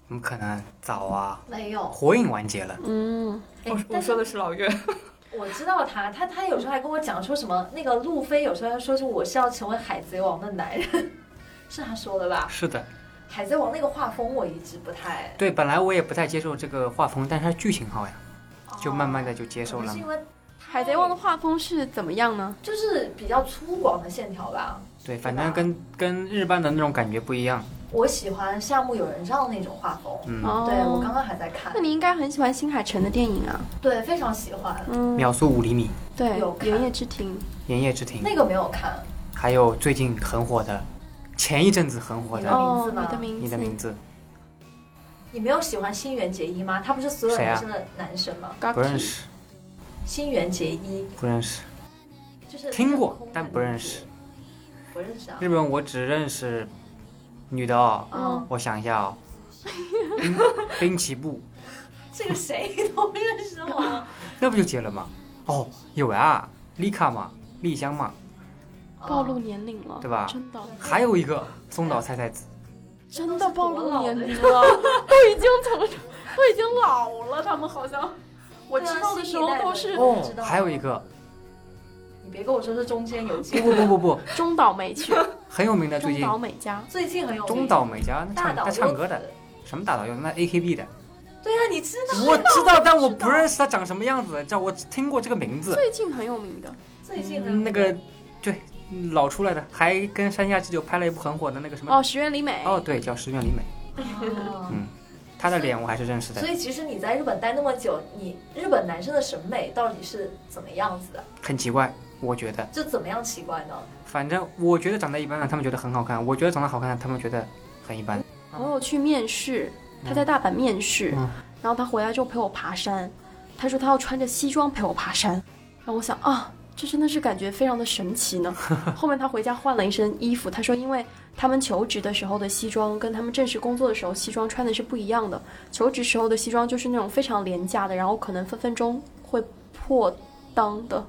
C: 怎么可能？早啊，
B: 没有，
C: 火影完结了，
D: 嗯，
B: 哎》
A: 我我
B: 但
A: 说
B: 是
A: 的是老 [LAUGHS] 岳，
B: 我知道他，他他有时候还跟我讲说什么，那个路飞有时候还说是我是要成为海贼王的男人，是他说的
C: [LAUGHS]
B: 吧？
C: 是的，
B: 海贼王那个画风我一直不太，
C: 对，本来我也不太接受这个画风，但是它剧情好呀，就慢慢的就接
B: 接
C: 受了
B: 哦是
C: 嘛
B: 因。为
D: 海贼王的画风是怎么样呢？
B: 就是比较粗犷的线条吧。
C: 对，反正跟跟日漫的那种感觉不一样。
B: 我喜欢夏目友人帐那种画风，
C: 嗯，
D: 哦，
B: 对我刚刚还在看
D: 那，你应该很喜欢新海诚的电影啊，
B: 对，非常喜欢。
D: 嗯，
C: 秒速五厘米、
D: 对，
B: 有
D: 《
B: 看
D: 原野之庭》
C: 炎夜之庭，
B: 那个没有看，
C: 还有最近很火的，前一阵子很火
B: 你
C: 的
B: 的
C: 《
B: 名
D: 哦
B: 字，吗
D: 你的名字，
C: 你的名字
B: 你没有喜欢新垣结衣吗？他不是所有
C: 谁啊
B: 男生的男神吗？》
C: 不认，识，
B: 新垣结衣
C: 不认识。
B: 就是
C: 听
B: 那个
C: 过
B: 空的
C: 但不认识
B: 名字，不认识啊。
C: 日本我只认识女的哦，
B: 嗯，
C: 我想一下哦，滨 [LAUGHS] 滨崎步，
B: 这个谁都认识吗？
C: [LAUGHS] 那不就结了吗？哦，有啊，丽卡嘛，丽香嘛，
D: 暴
B: 啊
D: 露年龄了，
C: 对吧
D: 真的，
C: 还有一个松岛菜菜子，
D: 真的暴露年龄了，都已经从都已经老了，他们好 [LAUGHS] 像我知道的时候都是
B: 哦知道
C: 还有一个
B: [LAUGHS] 你别跟我说是中间有
C: 不
B: 介。
C: [LAUGHS] 不不不不，
D: 中岛美曲、
C: 很有名 [LAUGHS] 的最
D: 中
C: 近
D: 岛美嘉。
B: 最近很有名
C: 中岛美嘉，那
B: 大
C: 唱
B: 岛
C: 他唱歌
B: 优
C: 的
B: 子，
C: 什么大岛优子？那 A K B 的，
B: 对啊，你知道
C: 我知道，但我不认识他长什么样子，叫我只听过这个名字，
D: 最近很有名的，
B: 最近很有
C: 嗯
B: 名
C: 那个对老出来的，还跟山下智久拍了一部很火的那个什么
D: 哦，石原里美，
C: 哦，对，叫石原里美，
B: 哦
C: 嗯她的脸我还是认识
B: 所
C: 的，
B: 以其实你在日本待那么久，你日本男生的审美到底是怎么样子的？
C: 很奇怪，我觉得。
B: 就怎么样奇怪呢？
C: 反正我觉得长得一般的，他们觉得很好看；我觉得长得好看的，他们觉得很一般。
D: 我有去面试，他在大阪面试，
C: 嗯
D: 然后他回来之后陪我爬山，他说他要穿着西装陪我爬山，然后我想啊，这真的是感觉非常的神奇呢。后面他回家换了一身衣服，他说因为他们求职的时候的西装跟他们正式工作的时候西装穿的是不一样的，求职时候的西装就是那种非常廉价的，然后可能分分钟会破裆的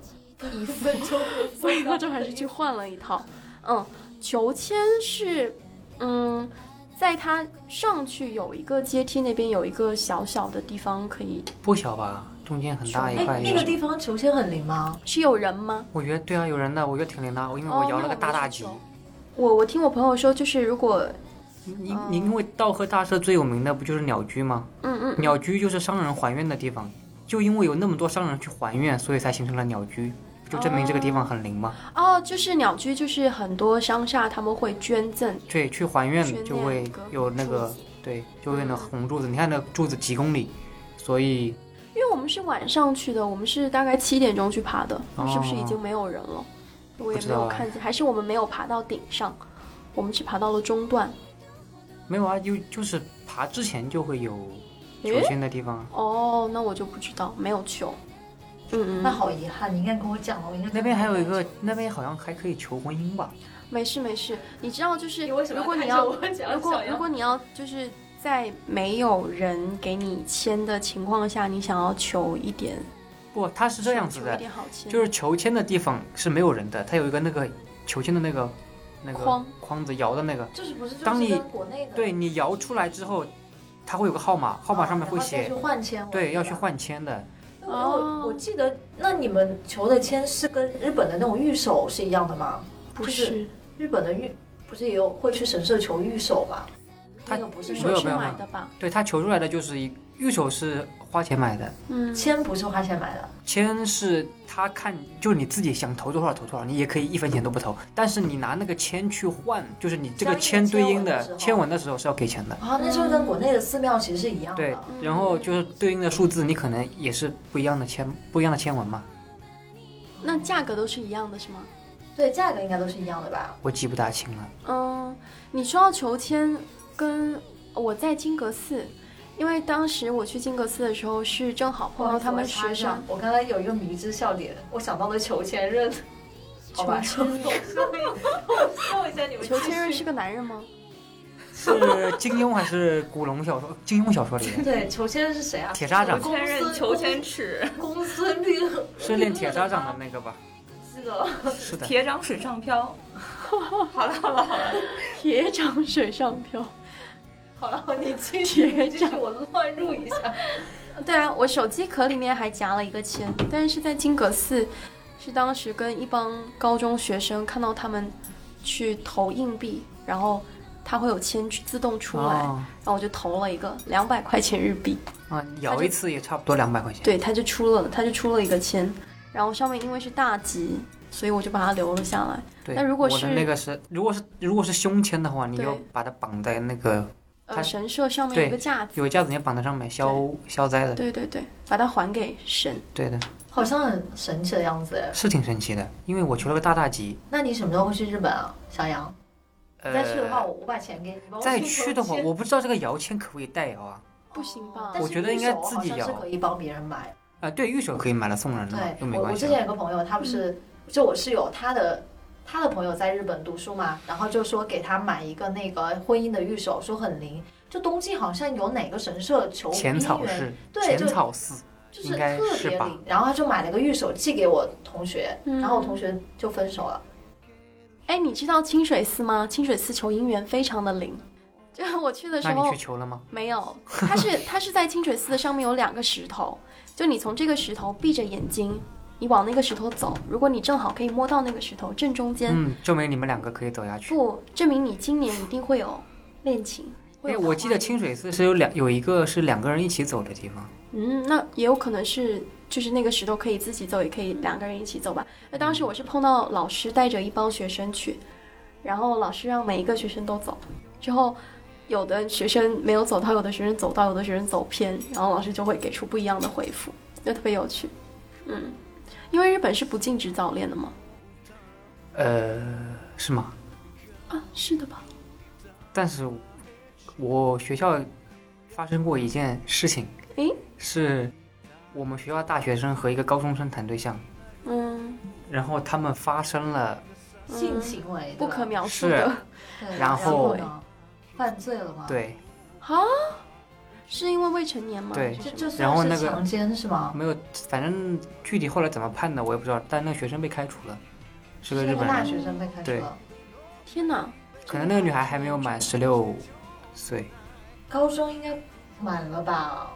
D: 衣服。 [LAUGHS] 所以他就
C: 哎
D: 还是去换了一套。嗯，求签是，嗯，在他上去有一个阶梯那边有一个小小的地方可以，
C: 不小吧，中间很大一块
B: 哎，那
C: 地
B: 个地
C: 方。
B: 方球鞋很灵吗？
D: 是有人吗？
C: 我觉得对啊，有人的，我觉得挺灵的。我因为
D: 哦
C: 我摇
D: 那
C: 了个
D: 我
C: 大
D: 没
C: 大
D: 去
C: 吉。
D: 过我我听我朋友说，就是如果，
C: 你你因为道贺大社最有名的不就是鸟居吗？
D: 嗯嗯，
C: 鸟居就是商人还愿的地方，就因为有那么多商人去还愿，所以才形成了鸟居，不就证明这个地方很灵吗？
D: 哦，就是鸟居，就是很多商厦他们会捐赠，
C: 对，去还
D: 悬
C: 愿
D: 念
C: 就会
D: 一个
C: 有那
D: 柱
C: 个
D: 子
C: 对，就会有那红柱子。你看那柱子几公里，所以
D: 因为我们是晚上去的，我们是大概七点钟去爬的，
C: 哦
D: 是不是已经没有人了？我也
C: 不知
D: 没有
C: 道哎
D: 看见，还是我们没有爬到顶上，我们只爬到了中段。
C: 没有啊，就就是爬之前就会有
D: 诶
C: 求签的地方啊。
D: 哦，那我就不知道，没有球。嗯
B: 那，好遗憾，你应该跟我讲了，我应该
C: 那边还有一个，那边好像还可以求婚姻吧？
D: 没事没事。你知道，就是
B: 你为什么
D: 如果你
B: 看着
D: 要，
B: 我讲
D: 如果
B: 小
D: 如
B: 杨
D: 果你要，就是在没有人给你签的情况下，你想要求一点，
C: 不，它是这样子
D: 求一
C: 的，
D: 点好签，
C: 就是求签的地方是没有人的，它有一个那个求签的那个那个
E: 框
C: 框子摇的那个，
B: 就是不是就
C: 当
B: 是
C: 你
B: 跟国内的
C: 对你摇出来之后，它会有个号码，号码上面会
B: 啊然
C: 写
B: 后再去换签，
C: 对要去
B: 去。
C: 换签的，
B: 因为
D: 哦
B: 我我记得，那你们求的签是跟日本的那种御守是一样的吗？
D: 不
B: 就是
D: 是，
B: 日本的御不是也有会去神社求御守吗？
C: 他
B: 那个不是
D: 你
C: 没
D: 说
C: 有
D: 是
C: 没有
D: 买的吧？
C: 对它求出来的就是一玉手是花钱买的，
D: 嗯，
B: 签不是花钱买的，
C: 签是他看，就是你自己想投多少投多少，你也可以一分钱都不投，但是你拿那个签去换，就是你这个签对应的签
B: 签
C: 文的时候是要给钱的。
B: 啊，那就是跟国内的寺庙其实是一样的。
C: 对，然后就是对应的数字，你可能也是不一样的签，不一样的签文嘛，
D: 那价格都是一样的，是吗？
B: 对，价格应该都是一样的吧？
C: 我记不大清了。
D: 嗯，你说到求签，跟我在金阁寺，因为当时我去金阁寺的时候是正好碰到他们学生，，
B: 哦我刚才有一个迷之笑点，我想到了求签人。 [LAUGHS] 好吧，
D: 求签
B: 我笑一下你们。
D: 求签人是个男人吗？
C: 是金庸还是古龙小说？金庸小说里面
B: [LAUGHS] 对，求签是谁啊？
C: 铁砂掌
B: 公
A: 千仞
B: 孙
A: 求千尺，
B: 公孙绿和
C: 是练铁砂掌的那个吧？
B: 记得了。
C: 是的，
A: 铁掌水上 [LAUGHS] 漂。
D: 铁掌水上漂。
B: 好了，你继续，你继续，我乱入一下。
D: 对啊，我手机壳里面还夹了一个签，但是在金阁寺，是当时跟一帮高中学生看到他们去投硬币，然后它会有签去自动出来，
C: 哦
D: 然后我就投了一个两百块钱日币，
C: 啊，摇一次也差不多两百块钱。
D: 对，它就出了，它就出了一个签，然后上面因为是大吉，所以我就把它留了下来。
C: 对，
D: 那如果
C: 我的
D: 是
C: 那个是，如果是如果是胸签的话，你
D: 对
C: 就把它绑在那个它
D: 呃，神社上面有一个架子，
C: 有架子，你绑在上面消消灾的。
D: 对对对，把它还给神。
C: 对的，
B: [LAUGHS] 好像很神奇的样子哎。
C: 是挺神奇的，因为我求了个大大吉。
B: 那你什么时候会去日本啊，小杨？
C: 呃，
B: 再去的话，我我把钱给你。帮我
C: 再
B: 去
C: 去的话，
B: 投钱
C: 我不知道这个摇签可不可以代摇啊？
D: 不行吧
B: 但是
C: 我觉得应该自
B: 玉
C: 己
B: 手好像
C: 摇
B: 是可以帮别人买。
C: 啊、对，玉手可以买了送人的嘛，又没
B: 对，我我
C: 关系
B: 之
C: 啊。
B: 前有个朋友，他不
D: 嗯
B: 是就我室友，他的他的朋友在日本读书嘛，然后就说给他买一个那个婚姻的玉手，说很灵。就东京好像有哪个神社求
C: 浅草
B: 姻缘
C: 寺，
B: 对
C: 浅
B: 就
C: 草寺，
B: 就是
C: 应该
B: 特
C: 是
B: 别
C: 吧
B: 灵，然后他就买了个玉手寄给我同学，
D: 嗯
B: 然后我同学就分手了。
D: 哎，你知道清水寺吗？清水寺求姻缘非常的灵， [LAUGHS] 就是我去的时
C: 那你
D: 候
C: 去。求了吗？
D: 没有，它是它是在清水寺的上面有两个石头，就你从这个石头闭着眼睛，你往那个石头走，如果你正好可以摸到那个石头正中间，
C: 嗯，证明你们两个可以走下去。
D: 不证明你今年一定会有恋情。会
C: 哎，
D: 有
C: 我
D: 桃
C: 记
D: 花
C: 得清水寺是有两有一个是两个人一起走的地方，
D: 嗯，那也有可能是就是那个石头可以自己走，也可以两个人一起走吧。那当时我是碰到老师带着一帮学生去，然后老师让每一个学生都走，之后有的学生没有走到，有的学生走到，有的学生走偏，然后老师就会给出不一样的回复，就特别有趣。嗯，因为日本是不禁止早恋的嘛。
C: 呃，是吗？
D: 啊，是的吧？
C: 但是我学校发生过一件事情，
D: 诶
C: 是我们学校大学生和一个高中生谈对象，
D: 嗯，
C: 然后他们发生了，
B: 性行为
D: 嗯不可，描述
C: 是
D: 的。
B: 对吧对
C: 然后
B: 呢？犯罪了吗？，
C: 对
D: 啊，是因为未成年吗？
C: 对
D: 还是
B: 就
D: 什么
B: 就
C: 然后
B: 算
C: 那
B: 是
C: 个嗯
B: 强奸是吗？
C: 没有，反正具体后来怎么判的我也不知道，但那个学生被开除了，是个
B: 是
C: 日
B: 个
C: 本
B: 大
C: 人，
B: 学生被开除
C: 对
B: 了，
D: 天哪！
C: 可能那个女孩还没有满十六岁，
B: 高中应该满了吧？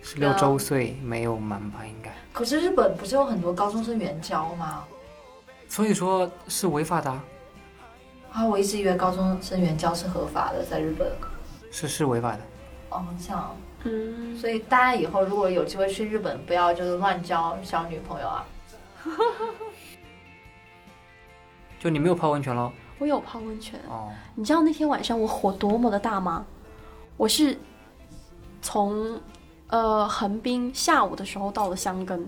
C: 十六周岁没有满吧，应该，
B: 可是日本不是有很多高中生援交吗？
C: 所以说是违法的啊，
B: 啊，我一直以为高中生援交是合法的，在日本。
C: 是是违法的，
B: 哦，这样，
D: 嗯，
B: 所以大家以后如果有机会去日本，不要就是乱交小女朋友啊。
C: 就你没有泡温泉喽？
D: 我有泡温泉。
C: 哦，
D: 你知道那天晚上我火多么的大吗？我是从呃横滨下午的时候到了箱根，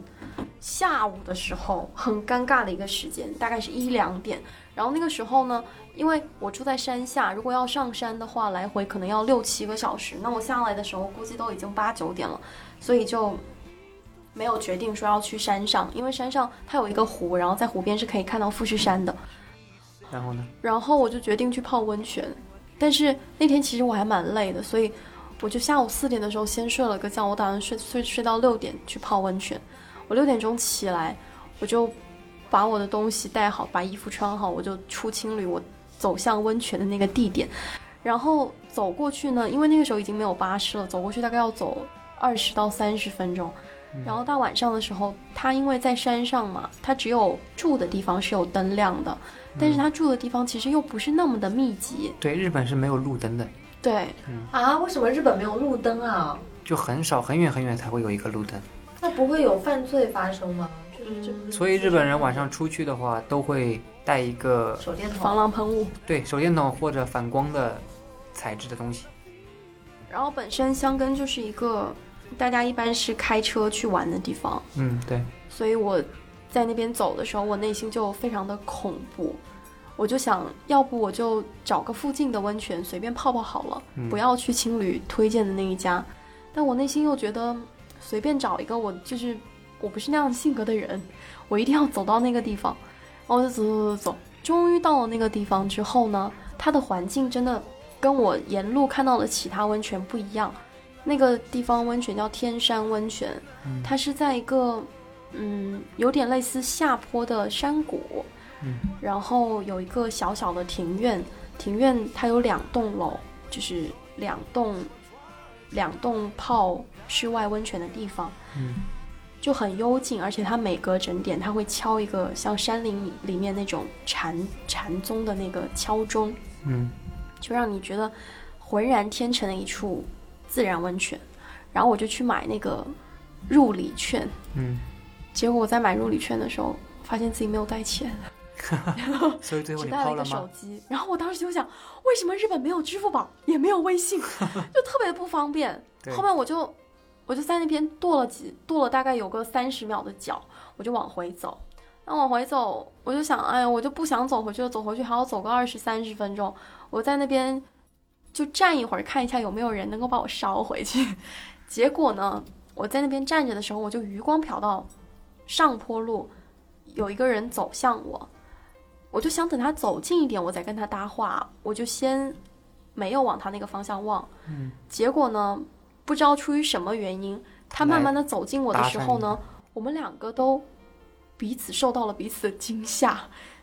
D: 下午的时候很尴尬的一个时间，大概是一两点。然后那个时候呢，因为我住在山下，如果要上山的话，来回可能要六七个小时。那我下来的时候估计都已经八九点了，所以就没有决定说要去山上，因为山上它有一个湖，然后在湖边是可以看到富士山的。
C: 然后呢？
D: 然后我就决定去泡温泉，但是那天其实我还蛮累的，所以我就下午四点的时候先睡了个觉，我打算睡睡睡到六点去泡温泉。我六点钟起来，我就把我的东西带好，把衣服穿好，我就出青旅，我走向温泉的那个地点，然后走过去呢，因为那个时候已经没有巴士了，走过去大概要走二十到三十分钟。
C: 嗯
D: 然后大晚上的时候，他因为在山上嘛，他只有住的地方是有灯亮的，但是他住的地方其实又不是那么的密集。
C: 对，日本是没有路灯的，
D: 对，
B: 啊，为什么日本没有路灯啊？
C: 就很少很远很远才会有一个路灯，
B: 那不会有犯罪发生吗？
E: 就是
D: 嗯
E: 就
C: 所以日本人晚上出去的话都会带一个
B: 手电
D: 防
B: 筒，
D: 狼喷雾。
C: 对手电筒或者反光的材质的东西。
D: 然后本身箱根就是一个大家一般是开车去玩的地方，
C: 嗯，对，
D: 所以我在那边走的时候，我内心就非常的恐怖。我就想要不我就找个附近的温泉随便泡泡好了，
C: 嗯
D: 不要去青旅推荐的那一家。但我内心又觉得随便找一个，我就是我不是那样性格的人，我一定要走到那个地方。然后我就走走走走，终于到了那个地方之后呢，它的环境真的跟我沿路看到的其他温泉不一样。那个地方温泉叫天山温泉，
C: 嗯
D: 它是在一个嗯有点类似下坡的山谷，
C: 嗯
D: 然后有一个小小的庭院，庭院它有两栋楼，就是两栋两栋泡室外温泉的地方，
C: 嗯
D: 就很幽静，而且它每隔整点它会敲一个像山林里面那种禅禅宗的那个敲钟，
C: 嗯
D: 就让你觉得浑然天成的一处自然温泉。然后我就去买那个入礼券，
C: 嗯，
D: 结果我在买入礼券的时候，发现自己没有带钱，
C: 所以最后
D: 只
C: 你
D: 带了
C: 抛
D: 一个
C: 了
D: 手
C: 吗？
D: 机。然后我当时就想，为什么日本没有支付宝，也没有微
C: [LAUGHS]
D: 信，就特别不方便。
C: 对
D: 后面我就我就在那边跺了几跺了大概有个三十秒的脚，我就往回走。那往回走，我就想，哎呀，我就不想走回去了，走回去还要走个二十三十分钟。我在那边就站一会儿，看一下有没有人能够把我捎回去。结果呢，我在那边站着的时候，我就余光瞟到上坡路有一个人走向我，我就想等他走近一点，我再跟他搭话。我就先没有往他那个方向望。
C: 嗯，
D: 结果呢，不知道出于什么原因，他
C: 他来
D: 慢慢的走近我的
C: 搭
D: 时
C: 讪
D: 候
C: 你
D: 呢，我们两个都彼此受到了彼此的惊吓，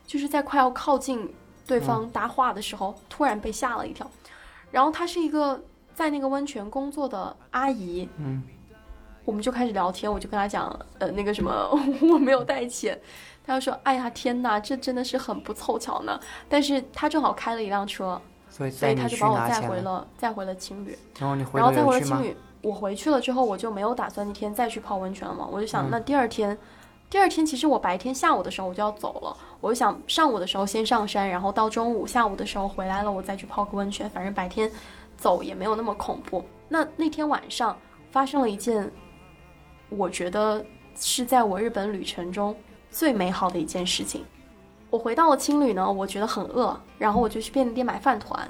D: 就是在快要靠近对
C: 嗯
D: 方搭话的时候，突然被吓了一跳。然后她是一个在那个温泉工作的阿姨，
C: 嗯
D: 我们就开始聊天，我就跟她讲，呃，那个什么， [LAUGHS] 我没有带钱。她就说，哎呀，天哪，这真的是很不凑巧呢。但是她正好开了一辆车，
C: 所以
D: 所
C: 带
D: 以
C: 你
D: 她就
C: 去
D: 把我
C: 拿
D: 载
C: 钱
D: 回，了，载回了青旅。
C: 然后你回
D: 然后
C: 了
D: 再回了
C: 有去
D: 青
C: 吗？
D: 旅，我回去了之后，我就没有打算那天再去泡温泉了嘛。我就想，
C: 嗯
D: 那第二天，第二天其实我白天下午的时候我就要走了，我就想上午的时候先上山，然后到中午、下午的时候回来了，我再去泡个温泉。反正白天走也没有那么恐怖。那那天晚上发生了一件，我觉得是在我日本旅程中最美好的一件事情。我回到了青旅呢，我觉得很饿，然后我就去便利店买饭团。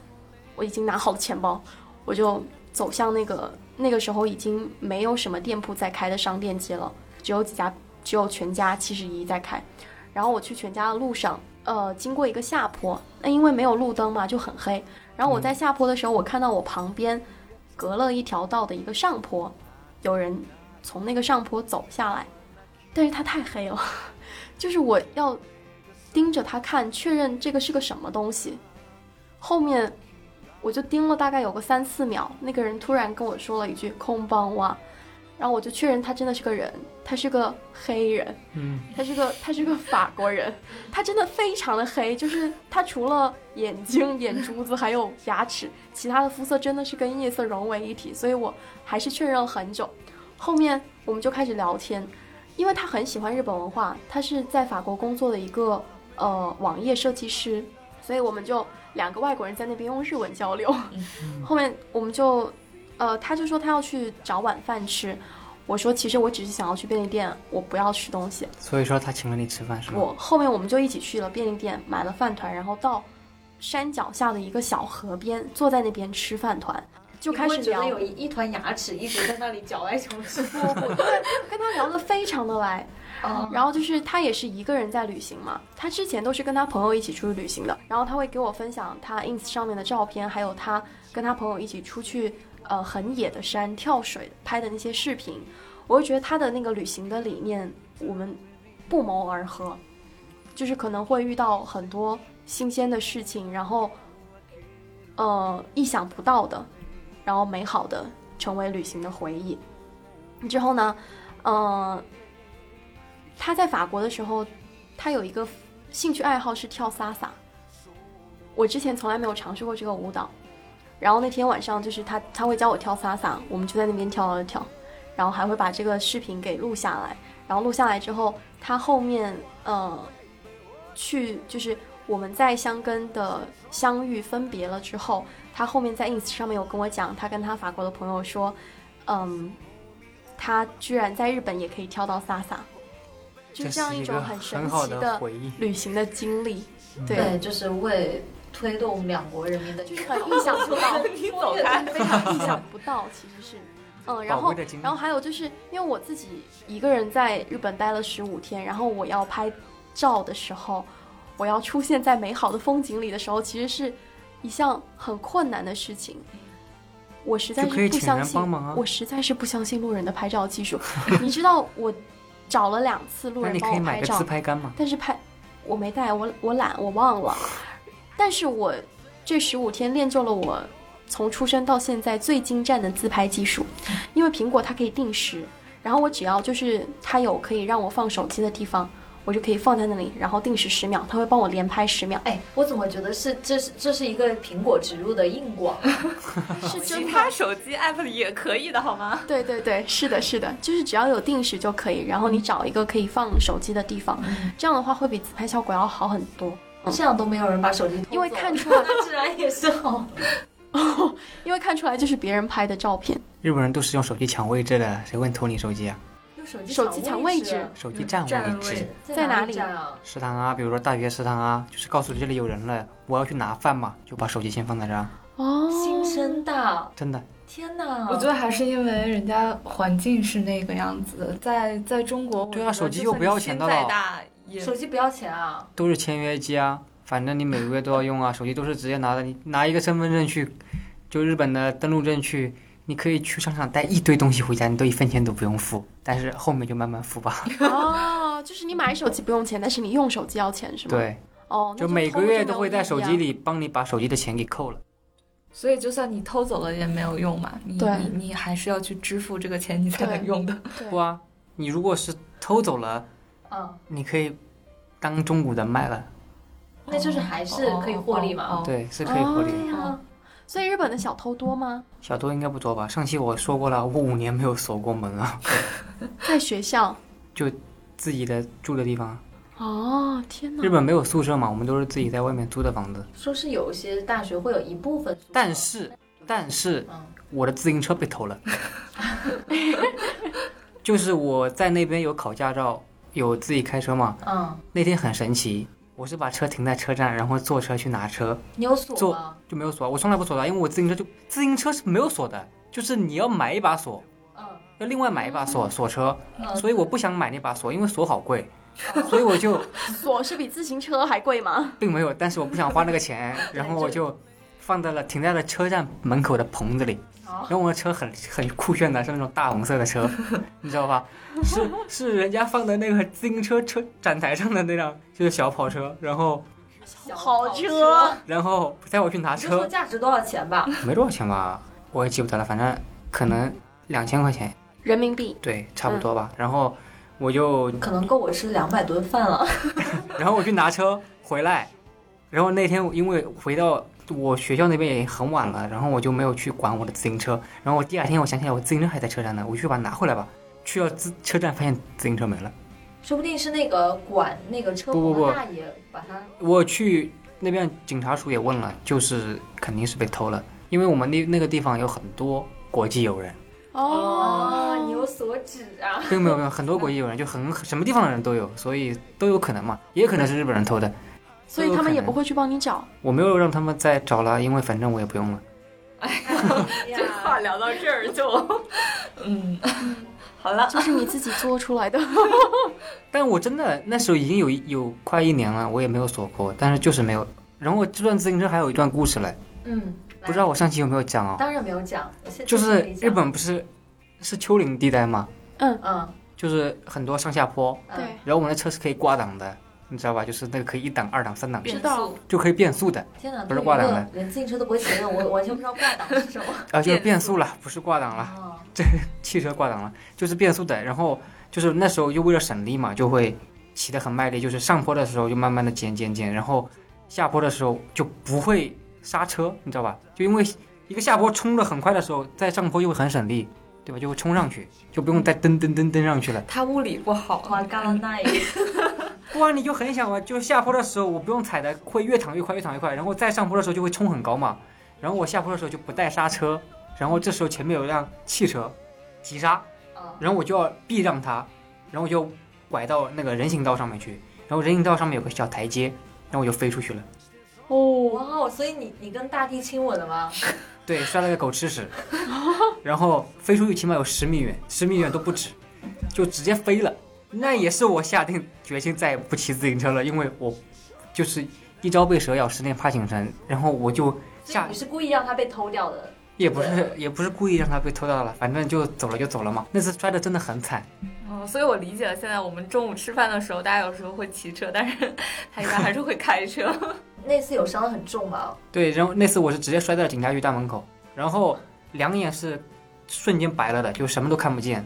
D: 我已经拿好了钱包，我就走向那个那个时候已经没有什么店铺在开的商店街了，只有几家，只有全家、七十一在开。然后我去全家的路上，呃，经过一个下坡，那因为没有路灯嘛，就很黑。然后我在下坡的时候，我看到我旁边隔了一条道的一个上坡，有人从那个上坡走下来，但是它太黑了， [LAUGHS] 就是我要盯着它看，确认这个是个什么东西。后面我就盯了大概有个三四秒，那个人突然跟我说了一句“空邦哇”，然后我就确认他真的是个人，他是个黑人，
C: 嗯，
D: 他是个他是个法国人，他真的非常的黑，就是他除了眼睛、眼珠子还有牙齿，其他的肤色真的是跟夜色融为一体，所以我还是确认了很久。后面我们就开始聊天，因为他很喜欢日本文化，他是在法国工作的一个呃网页设计师，所以我们就两个外国人在那边用日文交流。后面我们就，呃，他就说他要去找晚饭吃，我说其实我只是想要去便利店，我不要吃东西。
C: 所以说他请了你吃饭是吗？
B: 嗯
D: 我后面我们就一起去了便利店，买了饭团，然后到山脚下的一个小河边，坐在那边吃饭团，就开始
B: 你会觉
D: 聊
B: 得。有一一团牙齿一直在那里嚼来嚼 [LAUGHS] 去。
D: 跟他聊得非常的来，
B: 哦
D: 然后就是他也是一个人在旅行嘛，他之前都是跟他朋友一起出去旅行的，然后他会给我分享他 ins 上面的照片，还有他跟他朋友一起出去呃很野的山跳水拍的那些视频，我会觉得他的那个旅行的理念我们不谋而合，就是可能会遇到很多新鲜的事情，然后呃意想不到的，然后美好的成为旅行的回忆。之后呢，呃，他在法国的时候，他有一个兴趣爱好是跳萨萨，我之前从来没有尝试过这个舞蹈。然后那天晚上就是他他会教我跳萨萨，我们就在那边跳了跳，然后还会把这个视频给录下来。然后录下来之后，他后面呃去就是我们在香根的相遇分别了之后，他后面在 ins 上面有跟我讲，他跟他法国的朋友说，嗯，他居然在日本也可以跳到萨萨，就是这样
C: 是一
D: 种
C: 个
D: 很神
C: 很好
D: 奇
C: 的
D: 的
C: 回忆。嗯
D: 旅行的经历，对。
B: 对，就是为推动两国人民的，
D: [LAUGHS] 就是很意想不
A: [LAUGHS] [LAUGHS]
D: 到，
A: 你走开。
D: 非常意想不 [LAUGHS] 到，其实是，嗯，然
C: 宝
D: 后
C: 贵的经历
D: 然后还有就是因为我自己一个人在日本待了十五天，然后我要拍照的时候，我要出现在美好的风景里的时候，其实是一项很困难的事情。我实在
C: 就可
D: 是
C: 以
D: 不
C: 请
D: 相
C: 人
D: 信，
C: 帮忙啊
D: 我实在是不相信路人的拍照技术。 [LAUGHS] 你知道我找了两次路
C: 那
D: 人
C: 你
D: 帮
C: 可以
D: 我
C: 买
D: 拍
C: 个
D: 照
C: 自，拍杆嘛？
D: 但是拍我没带，我我懒，我忘了。但是我这十五天练就了我从出生到现在最精湛的自拍技术，因为苹果它可以定时，然后我只要就是它有可以让我放手机的地方，我就可以放在那里，然后定时十秒，它会帮我连拍十秒
B: 哎，我怎么觉得是这是这是一个苹果植入的硬广？
D: [LAUGHS]
A: 其
D: 是真的。
A: 他手机 app 里也可以的好吗？
D: [LAUGHS] 对对对，是的，是的，就是只要有定时就可以，然后你找一个可以放手机的地方，这样的话会比自拍效果要好很多。
B: 这样都没有人把手机偷走，
D: 因为看出来，
B: [LAUGHS] 自然也是好。
D: 因为看出来就是别人拍的照片，
C: 日本人都是用手机抢位置的，谁会偷你手机啊？
B: 用手机
D: 手机抢位置
C: 手机占
A: 占
C: 置，
A: 位
D: 在哪里
B: 站啊？
C: 食堂啊，比如说大学食堂啊，就是告诉这里有人了，我要去拿饭嘛，就把手机先放在这儿，
D: 哦，
B: 心声大，
C: 真的。
B: 天哪！
A: 我觉得还是因为人家环境是那个样子的，在在中国，
C: 对啊
A: 我觉得
C: 手机
A: 就
C: 又
A: 算
C: 不要
A: 你
C: 钱
A: 心
C: 的
A: 再
C: 了
A: 大也
B: 手机不要钱啊！
C: 都是签约机啊，反正你每个月都要用啊，手机都是直接拿的，你拿一个身份证去，就日本的登录证去，你可以去商场带一堆东西回家，你都一分钱都不用付，但是后面就慢慢付吧。 [LAUGHS]
D: 哦，就是你买手机不用钱，但是你用手机要钱是吗？，
C: 对，
D: 哦，那
C: 就
D: 就
C: 每个
D: 偷
C: 月
D: 就没
C: 都
D: 有
C: 会
D: 意
C: 在
D: 义
C: 手
D: 啊
C: 机。里帮你把手机的钱给扣了。
A: 所以，就算你偷走了也没有用嘛，你
D: 对
A: 你你还是要去支付这个钱，你才能
D: 对
A: 用的。
C: 不
D: 对，
C: 啊，你如果是偷走了，
B: 嗯，
C: 你可以当中古的卖了，
B: 那就是还是可以获利嘛。
A: 哦，
C: 对，是可以获利的。
D: 对
B: 哦
D: 呀。所以日本的小偷多吗？
C: 小偷应该不多吧？上期我说过了，我五年没有锁过门啊，
D: 在学校。
C: [LAUGHS] 自己的住的地方。
D: 哦，天哪！
C: 日本没有宿舍嘛，我们都是自己在外面租的房子。
B: 说是有一些大学会有一部分宿舍，
C: 但是，但是
B: 嗯
C: 我的自行车被偷了， [LAUGHS] 就是我在那边有考驾照，有自己开车嘛。
B: 嗯，
C: 那天很神奇，我是把车停在车站，然后坐车去拿车，
B: 你有锁吗？
C: 就没有锁。我从来不锁的，因为我自行车就自行车是没有锁的，就是你要买一把锁，
B: 嗯
C: 要另外买一把锁锁车。
B: 嗯，
C: 所以我不想买那把锁，因为锁好贵，
B: 哦
C: 所以我就
D: 锁是比自行车还贵吗？
C: 并没有，但是我不想花那个钱，然后我就放在了停在了车站门口的棚子里。
B: 好
C: 然后我的车很 [LAUGHS] 很酷炫的，是那种大红色的车，你知道吧？是是人家放在那个自行车车展台上的那辆就是小跑车，然后
B: 小
D: 好
B: 跑
D: 车，
C: 然后带我去拿
B: 你就说
C: 车，
B: 价值多少钱
C: [LAUGHS]
B: 吧。
C: 没多少钱吧，我也记不得了，反正可能两千块钱，
D: 人民币。
C: 对，差不多吧。然后我就
B: 可能够我吃两百顿饭了。
C: 然后我去拿车回来，然后那天因为回到我学校那边也很晚了，然后我就没有去管我的自行车。然后我第二天我想起来我自行车还在车站呢，我去把它拿回来吧。去到自车站发现自行车没了，
B: 说不定是那个管那个车
C: 不
B: 棚
C: 不不
B: 的大爷把它
C: 我去那边警察叔也问了，就是肯定是被偷了，因为我们那那个地方有很多国际友人，
B: 啊，
D: 哦，
B: 你有所指啊。
C: 并没有没有很多国际友人，就很什么地方的人都有，所以都有可能嘛，也有可能是日本人偷的。
D: 所以他们也不会去帮你找。
C: 我没有让他们再找了，因为反正我也不用了。
A: [LAUGHS] 这话聊到这
B: [LAUGHS]
A: 儿就，嗯，好
B: 嗯
A: 了，
D: 就是你自己做出 [LAUGHS] 来的，
C: 但我真的那时候已经有一有快一年了，我也没有锁过，但是就是没有。然后我这段自行车还有一段故事嘞，
B: 嗯，来
C: 不知道我上期有没有讲哦？
B: 当然没有讲，我现在
C: 就是
B: 没讲
C: 日，本不是是丘陵地带嘛，
B: 嗯
C: 就是很多上下坡，
B: 嗯，
C: 然后我们的车是可以挂档的，你知道吧？就是那个可以一档、二档、三档
A: 变
E: 知道
A: 速
C: 就可以变速的，
B: 天哪，
C: 不是挂档的
B: 对于一个人自行车都不会骑的，我我完全不知道挂档是什
C: [LAUGHS]
B: 么。
C: 啊，就是
A: 变
C: 变速了，不是挂档了。
B: 啊，
C: 汽车挂档了，就是变速的。然后就是那时候又为了省力嘛，就会骑得很卖力，就是上坡的时候就慢慢的减减减，然后下坡的时候就不会刹车，你知道吧？就因为一个下坡冲的很快的时候，在上坡又会很省力，对吧？就会冲上去，就不用再蹬蹬蹬蹬上去了。
A: 他物理不好，
B: 哇，嘎啦哦那也 [LAUGHS]
C: 不然你就很想啊，就下坡的时候我不用踩的，会越躺越快，越躺越快。然后再上坡的时候就会冲很高嘛。然后我下坡的时候就不带刹车，然后这时候前面有一辆汽车急刹，
B: 啊，
C: 然后我就要避让他，然后我就拐到那个人行道上面去，然后人行道上面有个小台阶，然后我就飞出去了，
B: 哇哦，所以你你跟大地亲吻了吗？
C: 对，摔了个狗吃屎，然后飞出去起码有十米远，十米远都不止，就直接飞了。那也是我下定决心再也不骑自行车了，因为我就是一朝被蛇咬，十年怕井绳，然后我就
B: 所以
C: 下
B: 你是故意让它被偷掉的，
C: 也不是也不是故意让它被偷到了，反正就走了就走了嘛。那次摔的真的很惨，
A: 嗯，所以我理解了。现在我们中午吃饭的时候，大家有时候会骑车，但是 [LAUGHS] 他一般还是会开车。
B: 那次有伤得很重吗？
C: 对，然后那次我是直接摔在了警察局大门口，然后两眼是瞬间白了的，就什么都看不见。